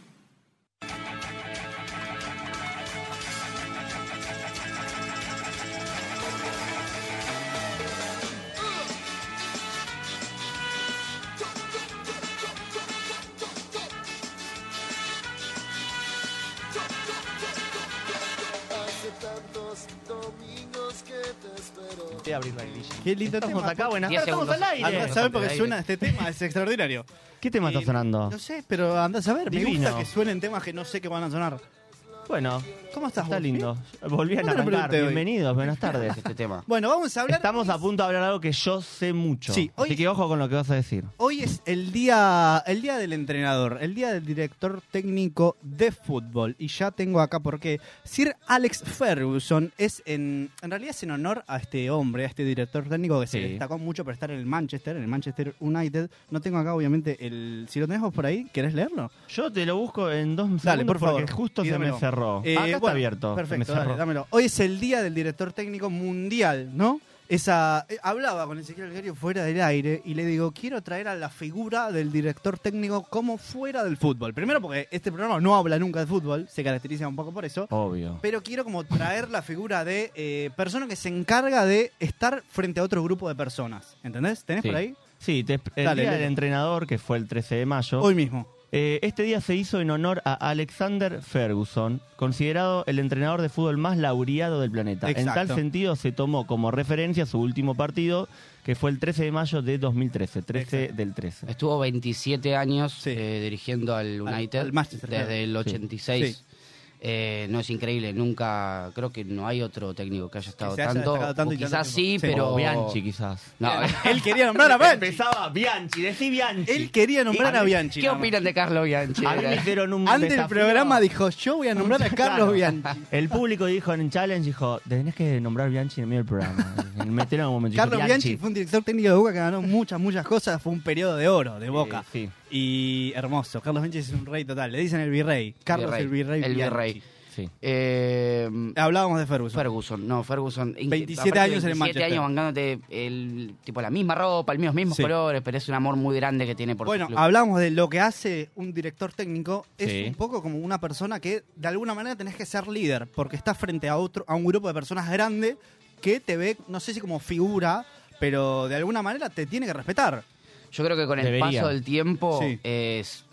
C: Qué lindo
B: Estamos
C: tema.
B: acá, buenas
D: Diez
B: tardes, estamos al
D: segundos.
B: aire.
C: Andá a
D: Bien.
C: saber por qué
D: Aire.
C: suena este tema, es extraordinario.
B: ¿Qué tema está
C: Y-
B: sonando?
C: No sé, pero andás a saber. Me
B: Ah. Divino.
C: gusta que suenen temas que no sé que van a sonar.
B: Bueno,
C: ¿Cómo estás,
B: está
C: Wolfi?
B: lindo. Volví a
C: No te lo
B: arrancar.
C: pregunté hoy.
B: Bienvenidos,
C: [laughs]
B: buenas tardes.
D: Este tema.
C: Bueno, vamos a hablar.
B: Estamos a punto de hablar algo que yo sé mucho.
C: Sí, hoy-
B: Así que ojo con lo que vas a decir.
C: Hoy es el día, el día del entrenador, el día del director técnico de fútbol. Y ya tengo acá por qué. Sir Alex Ferguson es en. En realidad es en honor a este hombre, a este director técnico que se
B: Sí.
C: destacó mucho por estar en el Manchester, en el Manchester United. No tengo acá, obviamente, el. Si lo tenés vos por ahí, ¿querés leerlo?
B: Yo te lo busco en dos segundos
C: Dale, por favor.
B: porque justo se me
C: Pídemelo.
B: cerró.
C: Eh,
B: Ah, Acá está
C: bueno,
B: abierto. se me
C: Perfecto, dale,
B: cerró.
C: dámelo. Hoy es el día del director técnico mundial, ¿no? Esa, eh, hablaba con Ezequiel Algario fuera del aire y le digo, quiero traer a la figura del director técnico como fuera del fútbol. Primero porque este programa no habla nunca de fútbol, se caracteriza un poco por eso.
B: Obvio.
C: Pero quiero como traer la figura de eh, persona que se encarga de estar frente a otro grupo de personas. ¿Entendés? ¿Tenés
B: Sí.
C: por ahí?
B: Sí, te- el
C: Dale,
B: día del
C: léelo.
B: entrenador, que fue el 13 de mayo,
C: Hoy mismo.
B: eh, este día se hizo en honor a Alexander Ferguson, considerado el entrenador de fútbol más laureado del planeta. En tal
C: Exacto.
B: sentido, se tomó como referencia su último partido, que fue el 13 de mayo de 2013, 13
C: Exacto.
B: del 13.
D: Estuvo 27 años
C: Sí.
D: eh, dirigiendo al United
C: al Manchester
D: desde
C: United.
D: el
B: Sí.
D: 86.
C: Sí.
D: Eh, no es increíble, nunca creo que no hay otro técnico que haya estado
C: se haya
D: tanto.
C: destacado tanto
D: o
C: y tanto
D: quizás sí,
C: tiempo. Sí.
D: pero
B: O Bianchi, quizás.
C: [laughs]
D: No,
C: Él quería nombrar
B: [laughs]
C: a Bianchi.
B: Empezaba Bianchi, decí Bianchi.
C: Él quería nombrar a Bianchi.
D: [laughs] ¿Qué
C: nada más.
D: opinan de Carlos Bianchi?
B: A mí me hicieron un
C: Antes del
B: desafío.
C: programa dijo, yo voy a nombrar a Carlos
B: Claro.
C: Bianchi.
B: El público dijo en el challenge, dijo, tenés que nombrar Bianchi en el medio del
C: [laughs]
B: programa. Y Metieron un momento. dijo,
C: Carlos Bianchi fue un director técnico de Boca que ganó muchas, muchas cosas. Fue un periodo de oro de Boca.
B: Sí,
C: Y hermoso. Carlos Bianchi es un rey total. Le dicen el virrey. Carlos el virrey.
D: El
C: Bianchi.
D: virrey.
B: sí.
D: Eh,
C: Hablábamos de Ferguson.
D: Ferguson, no, Ferguson. Inque-
C: 27
D: aparte,
C: años en el
D: 27 años bancándote el, tipo, la misma ropa, el mismo- los mismos
C: Sí.
D: colores, pero es un amor muy grande que tiene por
C: bueno,
D: su club.
C: hablamos de lo que hace un director técnico. Es
B: Sí.
C: un poco como una persona que de alguna manera tenés que ser líder, porque estás frente a otro, a un grupo de personas grande que te ve, no sé si como figura, pero de alguna manera te tiene que respetar.
D: Yo creo que con el
B: Debería.
D: paso del tiempo,
C: Sí.
D: es,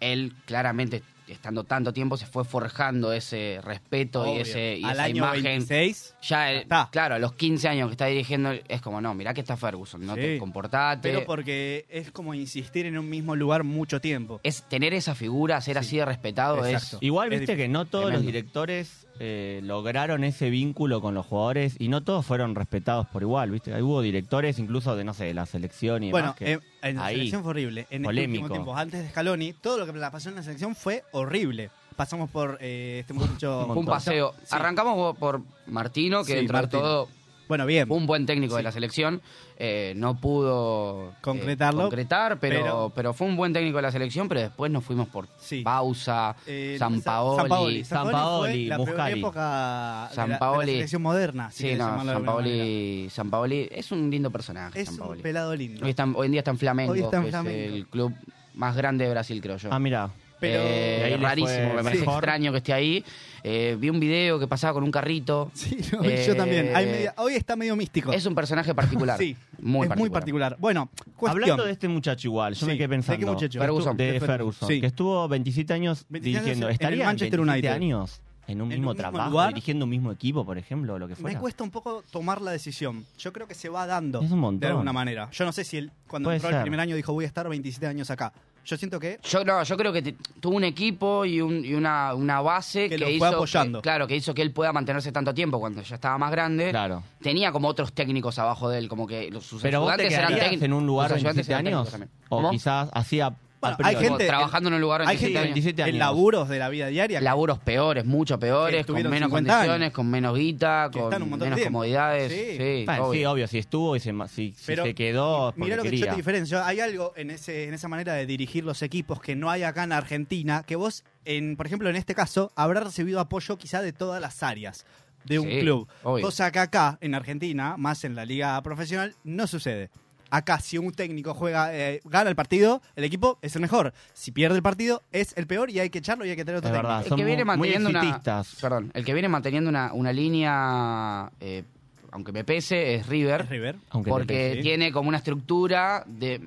D: él claramente, estando tanto tiempo, se fue forjando ese respeto y,
C: Obvio.
D: ese, y
C: Al
D: esa
C: año
D: imagen.
C: 26.
D: Ya, él-
C: Está.
D: claro, a los 15 años que está dirigiendo, es como, no, mirá que está Ferguson, no
C: Sí.
D: te comportate.
C: Pero porque es como insistir en un mismo lugar mucho tiempo.
D: es tener esa figura, ser así de respetado,
C: Exacto.
B: Igual
C: Es
B: viste que no todos los
D: Tremendo.
B: directores eh, lograron ese vínculo con los jugadores y no todos fueron respetados por igual, viste. Ahí Hubo directores incluso de, no sé, de la selección y
C: Bueno,
B: demás que-
C: eh, en la
B: ahí,
C: selección fue horrible. En el
B: polémico.
C: último tiempo, antes de Scaloni, todo lo que la pasó en la selección fue horrible. Pasamos por eh, este mucho
D: es un paseo. Arrancamos por Martino, que
C: Sí,
D: dentro
C: Martino.
D: de todo
C: Bueno, bien.
D: fue un buen técnico de
C: Sí.
D: la selección. eh, no pudo eh,
C: Concretarlo,
D: concretar, pero,
C: pero-
D: pero, fue un buen técnico de la selección, pero después nos fuimos por
C: Sí.
D: Pausa,
C: Eh,
D: San Paoli.
B: San Paoli,
C: fue la peor
B: Muscari.
C: época de la, de la
D: Sampaoli.
C: selección moderna. si
D: Sí,
C: querés
D: no,
C: llamarlo de
D: San
C: alguna manera.
D: Paoli, San Paoli es un lindo personaje.
C: Es
D: San
C: un
D: Paoli.
C: pelado lindo.
D: Hoy, está en- hoy en día está en Flamengo,
C: Hoy está en
D: que es
C: Flamengo.
D: el club más grande de Brasil, creo yo.
B: Ah, mira.
C: Pero-
D: Eh,
B: Y ahí le
D: rarísimo,
B: fue
D: me parece
B: mejor.
D: extraño que esté ahí. Eh, vi un video que pasaba con un carrito.
C: [laughs] Sí, no,
D: Eh,
C: yo también. Hay media- hoy está medio místico.
D: Es un personaje particular.
C: sí,
D: muy
C: es
D: particular.
C: muy particular. Bueno, cuestión.
B: Hablando de este muchacho igual, yo
C: Sí,
B: me quedé
C: ¿de qué
B: pensando. que
C: muchacho?
B: estu-
D: Ferguson.
B: De
C: De
B: Ferguson,
C: Ferguson, sí.
B: que estuvo 27 años
C: 27 años
B: dirigiendo.
C: en el
B: ¿Estaría
C: Manchester
B: 27
C: United.
B: años en un
C: En
B: mismo
C: un mismo
B: trabajo,
C: lugar.
B: dirigiendo un mismo equipo, por ejemplo, o lo que
C: Me
B: fuera?
C: cuesta un poco tomar la decisión. Yo creo que se va dando
B: Es un montón.
C: de alguna manera. Yo no sé si él, cuando
B: Puede
C: entró
B: ser.
C: el primer año dijo voy a estar 27 años acá. Yo siento que
D: Yo, no, yo creo que te- tuvo un equipo y, un- y una, una base
C: Que
D: que,
C: lo fue
D: hizo,
C: apoyando.
D: que- claro, que hizo que él pueda mantenerse tanto tiempo cuando ya estaba más
C: eh.
D: grande.
B: Claro.
D: Tenía como otros técnicos abajo de él, como que los, sus
B: Pero vos te
D: ayudantes eran
B: quedarías
D: técnicos.
B: en un lugar
D: sus ayudantes
B: 27
D: eran técnicos
B: años.
D: también.
B: O
D: ¿Cómo?
B: quizás así a.
C: Bueno,
B: a
C: hay
B: priori.
C: gente-
D: trabajando en un lugar
C: hay gente-
D: 27 años.
B: 27 años.
C: en laburos de la vida diaria
D: laburos peores, mucho
C: Que
D: peores, con
C: estuvieron
D: menos
C: 50 años.
D: condiciones, con menos guita,
C: Que
D: con
C: están un montón de
D: menos
C: tiempo.
D: comodidades.
C: Sí.
D: Sí,
B: Bueno, Ah, sí,
D: obvio.
B: obvio, si estuvo y se, ma- si, si
C: Pero
B: se quedó. es porque
C: Mirá lo que yo
B: quería.
C: te diferencio. Hay algo en, ese, en esa manera de dirigir los equipos que no hay acá en Argentina, que vos, en, por ejemplo, en este caso, habrás recibido apoyo quizá de todas las áreas de un
D: Sí,
C: club.
D: obvio.
C: Cosa que acá, en Argentina, más en la liga profesional, no sucede. Acá, si un técnico juega, eh, gana el partido, el equipo es el mejor. Si pierde el partido, es el peor y hay que echarlo y hay que tener otro
B: Es
C: técnico.
B: verdad.
D: El
B: Son
D: que viene
B: muy- muy
D: manteniendo una,
B: exitistas.
D: perdón, el que viene manteniendo una, una línea, eh, aunque me pese, es River,
C: ¿Es River?
B: Aunque
D: porque
C: pese.
D: tiene como una estructura de,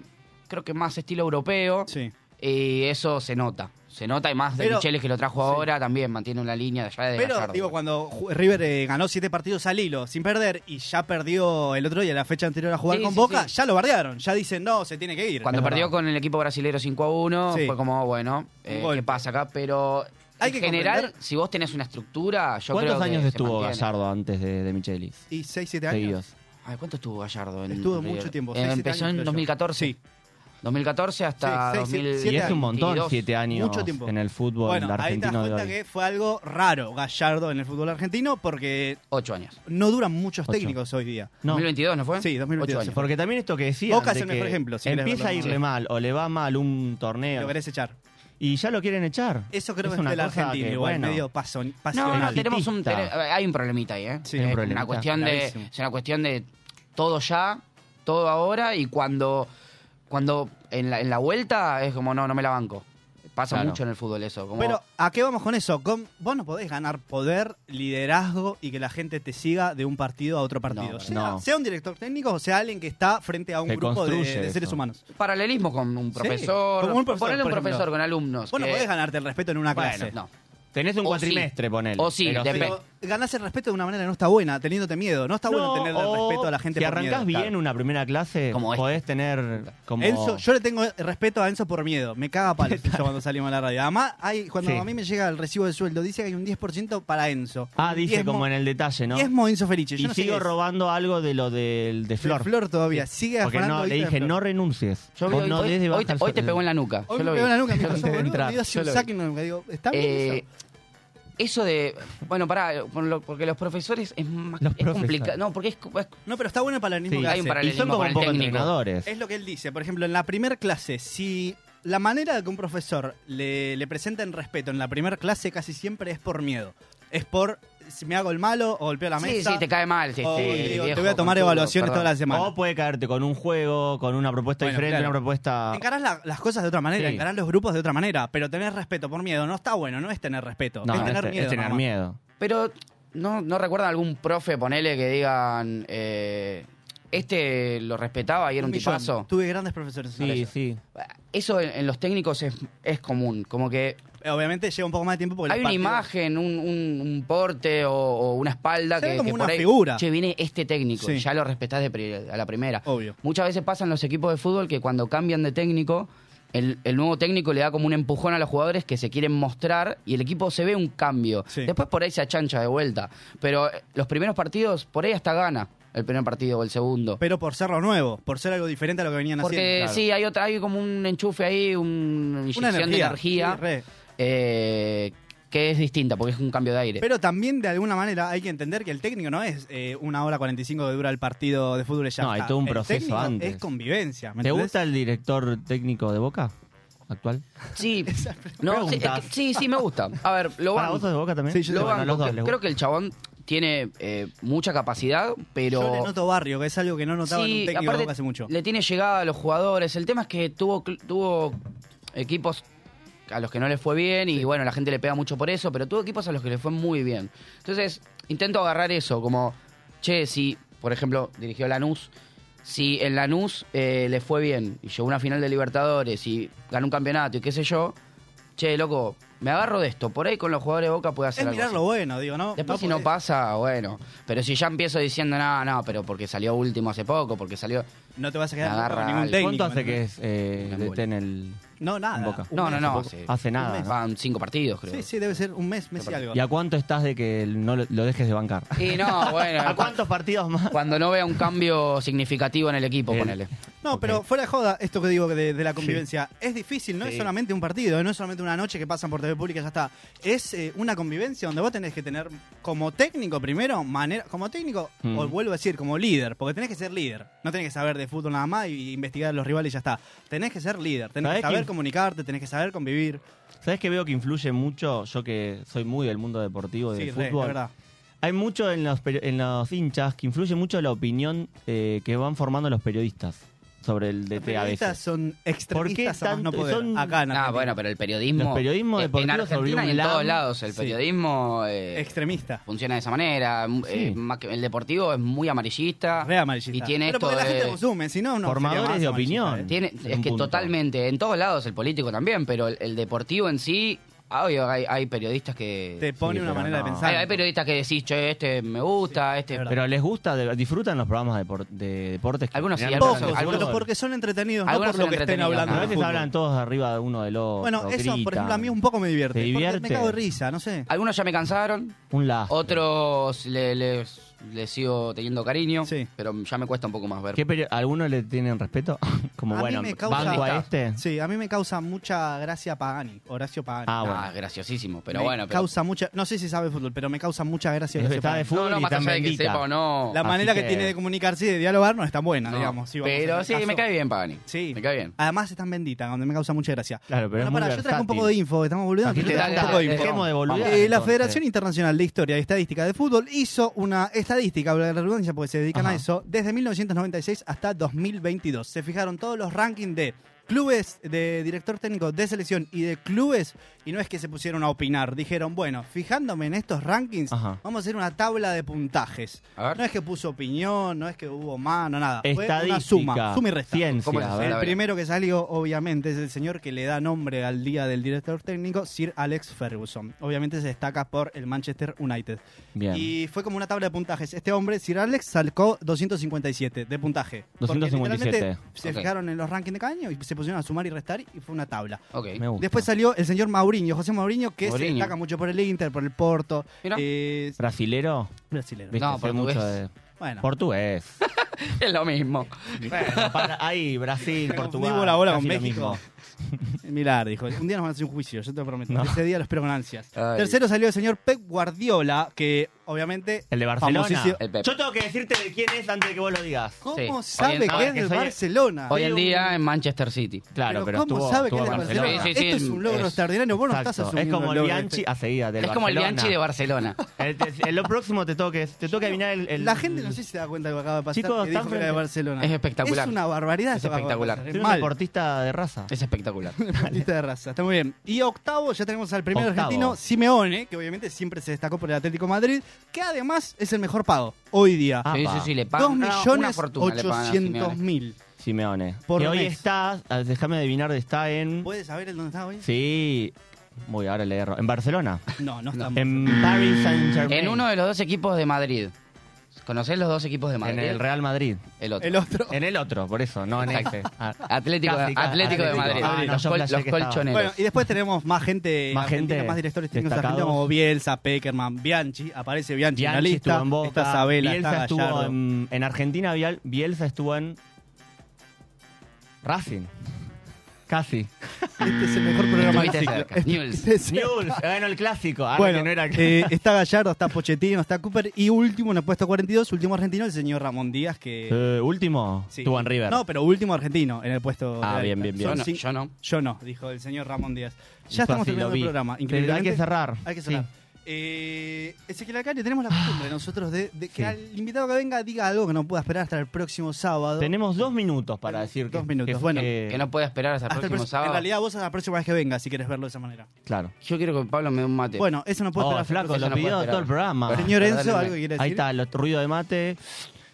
D: creo que más estilo europeo,
C: Sí.
D: y eso se nota. Se nota, y más de
C: Pero-
D: Micheles que lo trajo ahora, también mantiene una línea de allá de
C: Pero,
D: Gallardo.
C: digo, cuando ju- River eh, ganó siete partidos al hilo sin perder y ya perdió el otro día la fecha anterior a jugar
D: Sí,
C: con
D: sí,
C: Boca,
D: sí.
C: ya lo bardearon. Ya dicen, no, se tiene que ir.
D: Cuando
B: Es
D: perdió
B: verdad.
D: con el equipo brasilero 5 a 1,
C: Sí.
D: fue como, bueno, eh,
C: golpe.
D: ¿qué pasa acá? Pero
C: hay que
D: en general,
C: comprender-
D: si vos tenés una estructura, yo creo
B: ¿Cuántos
D: que
B: años
D: se
B: estuvo
D: mantiene.
B: Gallardo antes de, de Michelis?
C: Y 6, 7 años.
B: Seguidos.
D: Ay, ¿Cuánto estuvo Gallardo? En
C: Estuvo
D: River?
C: mucho tiempo,
D: Eh,
C: seis, siete
D: empezó
C: años,
D: en
C: creo yo.
D: 2014.
C: Sí.
D: 2014 hasta
C: Sí, seis, siete-
D: 2000.
B: Y
C: siete
B: es un montón,
D: 22.
B: siete años
C: Mucho tiempo.
B: en el fútbol
C: Bueno, ahí te das
B: argentino de
C: cuenta
B: hoy.
C: que fue algo raro Gallardo en el fútbol argentino porque
D: Ocho años.
C: no duran muchos
B: Ocho.
C: técnicos hoy día.
B: No,
D: 2022, ¿no fue?
C: Sí, 2022.
D: Ocho años.
B: porque también esto que decía
C: Boca es
B: de
C: el
B: que
C: mejor ejemplo, si querés
B: empieza a
C: verlo, ¿no?
B: irle
C: Sí.
B: mal o le va mal un torneo
C: Lo querés echar.
B: y ya lo quieren echar.
C: Eso creo
B: Es
C: que es
B: una
C: del
B: cosa
C: argentino,
B: que,
C: igual,
B: bueno,
C: medio paso-
D: No,
C: pasional.
D: no, tenemos un,
B: elitista.
D: tene- hay un problemita ahí, ¿eh?
C: Sí,
B: hay un
D: Es
B: problemita
D: una cuestión de,
C: gravísimo.
D: es una cuestión de todo ya, todo ahora, y cuando, cuando en, la, en la vuelta es como, no, no me la banco. Pasa
B: Claro.
D: mucho en el fútbol eso. Como,
C: Pero, ¿a qué vamos con eso? Con- vos no podés ganar poder, liderazgo y que la gente te siga de un partido a otro partido.
D: No,
C: sea,
B: no.
C: sea un director técnico o sea alguien que está frente a un
B: Que
C: grupo de,
B: construye
C: de
B: eso.
C: seres humanos.
D: paralelismo con un profesor,
C: como un profesor,
D: ponerle un
C: por ejemplo.
D: profesor con alumnos.
C: Vos no
D: Pues que-
C: podés ganarte el respeto en una
D: bueno,
C: clase.
D: no.
B: Tenés un
D: O
B: cuatrimestre,
D: sí.
B: ponele.
D: O sí,
B: pero
D: depende.
C: Pero ganás el respeto de una manera que no está buena, teniéndote miedo. No está bueno
B: No,
C: tenerle
B: o
C: respeto a la gente
B: Si
C: por
B: arrancás
C: miedo.
B: bien
C: Claro.
B: una primera clase,
D: Como este.
B: podés tener como...
C: Enzo, yo le tengo respeto a Enzo por miedo. Me caga palo
B: [laughs]
C: cuando salimos a la radio. Además, hay, cuando
B: Sí.
C: a mí me llega el recibo de sueldo, dice que hay un 10% para Enzo.
B: ah,
C: Un
B: dice
C: diezmo-
B: como en el detalle, ¿no?
C: Diezmo Enzo Felice. Yo
B: y
C: no sé
B: sigo
C: qué es.
B: robando algo de lo del de
C: De
B: Flor.
C: Flor todavía. Sigue
B: Porque
C: afanando
B: no, le
C: guita de
B: dije,
C: Flor.
B: no renuncies.
D: Yo vi
B: Vos
D: hoy,
B: no
D: hoy-
B: des de
D: hoy
B: baja
D: te,
B: el
D: hoy te
B: sueldo.
D: pegó en la nuca.
C: Hoy
D: yo
C: me
D: lo
C: pegó
D: vi.
C: la
D: [laughs]
C: nuca, me
D: Antes
C: dijo,
D: de
C: "Boludo,
D: entrar,
C: me dio así
D: yo
C: un
D: lo vi.
C: saco y no- me digo, ¿está bien
D: Eh,
C: eso?
D: eso de. Bueno, pará, por lo- porque los profesores es más
B: Los
D: es
B: profes.
D: complicado. No, porque es, es-
C: No, pero está bueno para el mismo
B: Sí.
C: que
D: Hay un
C: hace.
D: paralelo.
B: Y son
D: paralelismo
B: como
D: con
B: un
D: el
B: poco
D: técnico.
B: entrenadores.
C: Es lo que él dice. Por ejemplo, en la primer clase, si la manera de que un profesor le, le presenten respeto en la primer clase casi siempre es por miedo. Es por si me hago el malo o golpeo la
D: Sí,
C: mesa.
D: sí, te cae mal. sí,
C: o
D: sí,
C: digo,
D: viejo,
C: te voy a tomar
D: conchudo,
C: evaluaciones
D: perdón.
C: toda la semana.
B: O puede caerte con un juego, con una propuesta
C: Bueno,
B: diferente,
C: claro.
B: una propuesta...
C: Encarás la- las cosas de otra manera,
B: Sí.
C: encarás los grupos de otra manera, pero tener respeto por miedo no está bueno, no es tener respeto,
B: No,
C: es tener
B: es-
C: miedo.
B: es tener
C: nomás.
B: miedo.
D: Pero no, no recuerdan algún profe, ponele, que digan, eh, este lo respetaba y era un,
C: Un millón.
D: tipazo.
C: Tuve grandes profesores. en
B: Sí,
C: eso.
B: sí.
D: Eso en, en los técnicos es, es común, como que
C: Obviamente lleva un poco más Pues de tiempo porque
D: hay
C: los
D: una
C: partidos-
D: imagen, un, un- un porte o, o una espalda
C: Se ve
D: que,
C: como
D: que
C: una
D: por ahí,
C: figura.
D: Che, viene este técnico,
C: Sí.
D: ya lo respetás de pri- a la primera.
C: Obvio.
D: Muchas veces pasan los equipos de fútbol que cuando cambian de técnico, el, el nuevo técnico le da como un empujón a los jugadores que se quieren mostrar y el equipo se ve un cambio.
C: Sí.
D: Después por ahí se achancha de vuelta. Pero eh, los primeros partidos, por ahí hasta gana el primer partido o el segundo.
C: Pero por ser lo nuevo, por ser algo diferente a lo que venían
D: Porque
C: haciendo.
D: sí, hay, otra, hay como un enchufe ahí, un- una inyección de energía
C: sí, re.
D: eh, que es distinta porque es un cambio de aire.
C: Pero también de alguna manera hay que entender que el técnico no es eh, una hora 45 que dura el partido de fútbol y ya
B: No, hay
C: está.
B: todo un
C: El
B: proceso
C: técnico
B: antes.
C: Es convivencia. ¿me
B: ¿Te
C: entendés?
B: gusta el director técnico de Boca actual?
C: [laughs]
D: sí, no, sí,
B: preguntas.
D: es que- sí, sí, me gusta. A ver, lo
B: ¿Para
D: banco.
B: vos sos de Boca también?
C: Sí, yo
D: ¿Eh? Lo
C: Bueno,
D: banco. Creo- creo que el chabón tiene eh, mucha capacidad, pero...
C: Yo le noto barrio, que es algo que no notaba en un
D: Sí,
C: técnico
D: aparte,
C: de Boca hace mucho.
D: Le tiene llegada a los jugadores. El tema es que tuvo, cl- tuvo equipos a los que no les fue bien y bueno, la gente le pega mucho por eso, pero tuvo equipos a los que le fue muy bien. Entonces, intento agarrar eso, como, che, si, por ejemplo, dirigió Lanús, si en Lanús eh, le fue bien y llegó a una final de Libertadores y ganó un campeonato y qué sé yo, che, loco, me agarro de esto, por ahí con los jugadores de Boca puede hacer
C: Es
D: algo.
C: mirar
D: así.
C: lo bueno, digo, ¿no?
D: Después si no
C: podés-
D: pasa, bueno. Pero si ya empiezo diciendo, no, no, pero porque salió último hace poco, porque salió...
C: No te vas a quedar
D: Agarra
C: con ningún
D: algo.
C: técnico.
B: ¿Cuánto hace que
C: ¿entendés?
B: es eh,
D: Una
B: de té en el...?
C: No, nada.
B: en Boca?
C: Un
D: No, no,
C: mes,
D: no.
C: tampoco.
D: hace-
B: Hace nada,
C: mes.
B: ¿no?
D: Van cinco partidos, creo.
C: Sí, sí, debe ser un mes, mes y algo.
B: ¿Y a cuánto estás de que no lo, lo dejes de
C: [laughs]
B: bancar?
D: Y no, bueno.
B: ¿A cuántos partidos más?
D: Cuando no vea un cambio significativo en el equipo,
B: El-
D: ponele.
C: No, pero fuera de joda, esto que digo de, de la convivencia, es difícil, no es
B: Sí.
C: solamente un partido, no es solamente una noche que pasan por TV pública y ya está. Es eh, una convivencia donde vos tenés que tener como técnico primero, manera, como técnico,
B: Mm.
C: o vuelvo a decir, como líder, porque tenés que ser líder. No tenés que saber de fútbol nada más y investigar a los rivales y ya está. Tenés que ser líder, tenés
B: ¿Sabés
C: que saber
B: que-
C: comunicarte, tenés que saber convivir.
B: ¿Sabes que veo que influye mucho? Yo que soy muy del mundo deportivo y
C: Sí,
B: del
C: re, la
B: fútbol.
C: verdad.
B: Hay mucho en los, peri- en los hinchas que influye mucho la opinión eh, que van formando los periodistas sobre el
C: Los
B: DT a
C: periodistas
B: veces.
C: son extremistas a más
B: tanto-
C: no poder.
B: son-
C: Acá en
D: No,
C: Argentina.
D: Ah, bueno, pero el periodismo.
B: Los periodismos
D: eh, en
B: deportivos sobre
D: Argentina
B: un
D: y en
B: LAM,
D: todos lados. El
C: sí.
D: periodismo eh,
C: Extremista.
D: funciona de esa manera. m- eh,
B: Sí.
D: más que- el deportivo es muy amarillista.
C: Re amarillista.
D: Y tiene
C: pero
D: esto
C: porque la gente
D: de-
C: lo consume, si no, no. sería
B: Formadores
C: más
B: de
C: amarillista,
B: opinión.
C: ¿eh?
D: Tiene,
B: En
D: es
B: un
D: que
B: punto.
D: totalmente, en todos lados, el político también, pero el, el deportivo en sí Ah, obvio, hay, hay periodistas que.
C: Te
B: Sí,
C: pone una
B: pero
C: manera de
B: no.
C: pensar.
D: Hay, hay periodistas que decís, che, este me gusta, este.
B: Pero les gusta, de- disfrutan los programas de, por- de deportes. que
D: Algunos sí,
B: generalmente
C: Pocos,
B: son de
D: algunos-
B: fútbol.
C: pero porque son entretenidos, no
D: Algunos
C: por lo
D: son
C: que estén
D: entretenidos,
C: hablando.
B: A
D: no,
C: de
B: veces
C: fútbol.
B: hablan todos arriba de uno del otro.
C: Bueno, eso, por ejemplo, a mí un
B: gritan.
C: poco me divierte.
B: Te
C: porque me
B: divierte.
C: cago de risa, no sé.
D: Algunos ya me cansaron,
B: Un
C: Ah.
B: lazo.
D: otros le- les, les sigo teniendo cariño,
C: Sí.
D: pero ya me cuesta un poco más ver.
B: ¿Qué peri- ¿Alguno le tienen respeto? [laughs] Como
C: A mí
B: bueno,
C: me causa-
B: banco a este.
C: Sí, a mí me causa mucha gracia Pagani, Horacio Pagani.
B: Ah,
D: Ah,
B: bueno.
D: es graciosísimo, pero
C: Me
D: bueno. Pero,
C: Causa mucha, no sé si sabe fútbol, pero me causa mucha gracia
B: Es-
C: Horacio
B: está de
C: Pagani.
B: fútbol
D: no, no,
B: y
D: más
B: tan
D: allá de que
B: bendita.
D: sepa o no.
C: La
B: Así
C: manera que...
B: que-
C: tiene de comunicarse y de dialogar no es tan buena,
D: no.
C: digamos. si vamos a
D: pero
C: hacer
D: sí,
C: caso.
D: me cae bien Pagani.
C: Sí.
D: Me cae bien.
C: Además es tan bendita, donde me causa mucha gracia.
B: Claro, pero es
C: bueno,
B: muy
C: pará, yo traje un
B: versátil.
C: poco de info, estamos boludeando.
B: Aquí
C: Yo
B: te
C: traje
D: da
C: un poco de
D: la-
C: info.
B: Dejemos de boludear,
C: Eh, la
B: entonces.
C: Federación Internacional de Historia y Estadística de Fútbol hizo una estadística, habla de la redundancia porque se dedican a
B: Ajá.
C: eso, desde 1996 hasta 2022. Se fijaron todos los rankings de clubes, de director técnico de selección y de clubes, y no es que se pusieron a opinar, dijeron, bueno, fijándome en estos rankings,
B: Ajá.
C: vamos a hacer una tabla de puntajes.
D: A ver.
C: No es que puso opinión, no es que hubo mano, nada. Fue
B: Estadística.
C: ¿eh? una suma, suma y resta.
D: ¿Cómo es
B: Ciencia, a
D: eso?
B: ver.
C: El
D: Claro.
C: primero que salió, obviamente, es el señor que le da nombre al día del director técnico, Sir Alex Ferguson. Obviamente se destaca por el Manchester United.
B: Bien.
C: Y fue como una tabla de puntajes. Este hombre, Sir Alex, sacó 257 de puntaje. Porque
B: 257.
C: literalmente Se
D: Ok.
C: fijaron en los rankings de cada año y se pusieron a sumar y restar y fue una tabla. [laughs]
D: Ok.
B: Me gusta.
C: Después salió el señor Mourinho, José Mourinho, que se
D: Mourinho.
C: destaca mucho por el Inter, por el Porto. eh,
D: Mirá.
C: Es
B: ¿Brasilero?
C: brasilero.
B: Viste,
D: No,
B: sé
D: portugués.
B: mucho de-
C: Bueno.
D: [laughs]
B: Portugués.
D: Es lo mismo.
B: Bueno, para- ahí, Brasil, Portugal.
C: Vivo la bola con
B: casi lo
C: México.
B: mismo.
C: Milar Eh, dijo, un día nos van a hacer un juicio, yo te lo prometo.
B: No.
C: Ese día lo espero con ansias.
D: Ay.
C: Tercero salió el señor Pep Guardiola, que obviamente...
B: El de Barcelona.
C: famosísimo-
D: El Pep.
B: Yo tengo que decirte de quién es antes de que vos lo digas.
C: ¿Cómo
D: Sí.
C: sabe
D: Hoy en-
C: que
D: ahora
C: es
B: que
C: del
B: soy-
C: Barcelona?
D: Hoy en día en Manchester City.
B: Claro, pero,
C: ¿cómo
B: estuvo,
C: sabe que
B: estuvo
C: es del
B: en
C: Barcelona?
D: Barcelona. Sí, sí,
C: Esto
D: sí,
C: es un logro
D: es-
C: extraordinario. Vos no estás
B: Exacto,
C: asumiendo
B: Es como
C: el
B: el
C: logro
B: Bianchi.
C: este.
B: Ah, seguida, del
D: Es como el
B: Barcelona.
D: Bianchi de Barcelona.
B: El- te- en lo próximo te toques, te toca adivinar el, el-
C: La gente no sé si se da cuenta de lo que acaba de pasar.
B: Chicos,
C: que dijo
B: están
C: que era de
B: frente-
C: Barcelona.
D: Es espectacular.
C: Es una barbaridad.
D: Es
C: eso que acaba de
D: espectacular.
C: pasar,
B: Ser
C: es
B: un
C: mal.
B: deportista de raza.
D: Es espectacular.
C: Deportista de raza, está muy bien. Y octavo, ya tenemos al primer
B: Octavo.
C: argentino, Simeone, que obviamente siempre se destacó por el Atlético de Madrid, que además es el mejor pago hoy día.
B: Ah,
D: Sí,
B: pa.
D: sí, sí, le pagan.
C: Dos
D: no, una
C: millones
D: fortuna le pagan a
C: ochocientos
D: Simeone.
C: mil.
B: Simeone.
C: Por
B: que hoy
C: mes.
B: está, ah, déjame adivinar, está en...
C: ¿Puedes saber el dónde está hoy?
B: Sí. Voy ahora a leerlo. En Barcelona.
C: No, no está.
B: En Paris Saint Germain.
D: En uno de los dos equipos de Madrid. ¿Conocés los dos equipos de Madrid?
B: En el Real Madrid.
D: El otro.
C: El otro.
B: En el otro, por eso, no en este. Ah,
D: Atlético,
B: Casi, casi,
D: Atlético de
B: Atlético.
D: Madrid.
B: Ah, no,
D: los,
B: yo
D: col-
B: flashé
D: los
B: que estaba.
D: colchoneros.
C: Bueno, y después tenemos más gente.
B: Más
C: argentina,
B: gente
C: Más directores técnicos
B: destacados.
C: argentinos como Bielsa, Peckerman, Bianchi. Aparece Bianchi, en la
B: Bianchi
C: lista.
B: estuvo en Boca.
C: Está Sabela,
B: Bielsa
C: está
B: estuvo
C: Gallardo.
B: en, en Argentina, Biel- Bielsa estuvo en Racing. Casi.
C: Este es el mejor programa del
D: Estuviste
C: ciclo.
D: cerca.
C: [laughs]
D: Newell's.
C: Este es-
B: Newell's, ganó el clásico. Ahora
C: Bueno,
B: que no era
C: eh, está Gallardo, está Pochettino, está Cooper y último en el puesto 42, último argentino, el señor Ramón Díaz que...
B: Eh, último,
C: sí.
B: estuvo en River.
C: No, pero último argentino en el puesto...
B: Ah,
C: de la
B: bien,
C: lista.
B: bien, bien.
D: Yo
C: Son
D: no,
C: cin-
D: yo no.
C: yo no, dijo el señor Ramón Díaz.
B: Eso
C: Ya estamos
B: así lo
C: terminando el
B: vi.
C: programa.
B: Pero Hay
C: Increíblemente,
B: que cerrar.
C: Hay que
B: Sí. Ah.
C: cerrar. Eh, Ezequiel Alcario, tenemos la costumbre nosotros de, de que al invitado que venga diga algo que no pueda esperar hasta el próximo sábado.
B: Tenemos dos minutos para decir que-
C: Dos minutos,
B: que-
C: bueno.
B: que-
D: Que no puede esperar hasta
C: Eh,
D: el
C: Hasta el
D: próximo
C: próximo-
D: sábado.
C: En realidad vos a la próxima vez que venga, si quieres verlo de esa manera.
B: claro.
D: Yo quiero que Pablo me dé un mate.
C: Bueno, eso no puede
B: Oh,
C: esperar hasta el
B: flaco,
D: eso
B: lo
D: no
C: próximo-
D: puede
B: pidió
D: esperar.
B: todo el programa.
D: Bueno,
C: Señor Enzo,
D: perdónenme.
C: ¿algo que quiere decir?
B: Ahí está, el ruido de mate.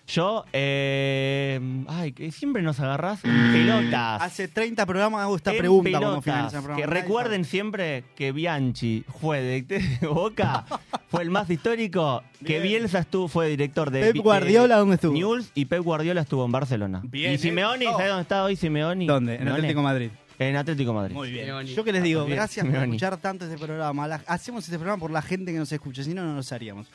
B: Yo, eh, ay, que siempre nos agarrás en pelotas.
C: Mm. Hace 30 programas hago esta
B: En
C: pregunta
B: pelotas.
C: cuando finaliza el programa.
B: Que recuerden siempre que Bianchi fue director de [laughs] Boca, fue el más histórico, que
C: Bien.
B: Bielsa estuvo, fue director de...
C: Pep Guardiola, ¿dónde estuvo?
B: News y Pep Guardiola estuvo en Barcelona.
C: Bien,
B: y
C: ¿eh?
B: Simeoni,
C: Oh.
B: ¿sabes dónde está hoy Simeoni?
C: ¿Dónde? En
B: Simeone.
C: Atlético de Madrid.
B: En Atlético Madrid.
C: Muy bien.
D: Simeone.
C: Yo que les digo,
B: Muy bien,
C: gracias por
B: Simeone.
C: escuchar tanto este programa. La- hacemos este programa por la gente que nos escucha, si no, no nos haríamos.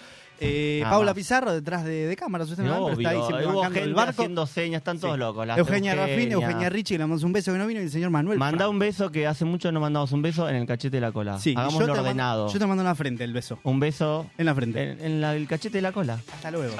C: Eh,
B: Nada
C: Paula
B: más.
C: Pizarro detrás de, de cámaras, usted no la ven,
B: Ah, Obvio,
C: pero está ahí siempre
B: hubo
C: bancando
B: gente
C: el barco.
B: haciendo señas, están todos
C: Sí.
B: locos. las
C: Eugenia Rafín, Eugenia Richie, le mandamos un beso que no vino, y el señor Manuel.
B: Manda
C: Franco.
B: un beso que hace mucho no mandamos un beso en el cachete de la cola.
C: Sí, y yo
B: Hagámoslo
C: te mando-
B: ordenado.
C: yo te mando en la frente el beso.
B: Un beso
C: En la frente.
B: en, en la- el cachete de la cola.
C: Hasta luego.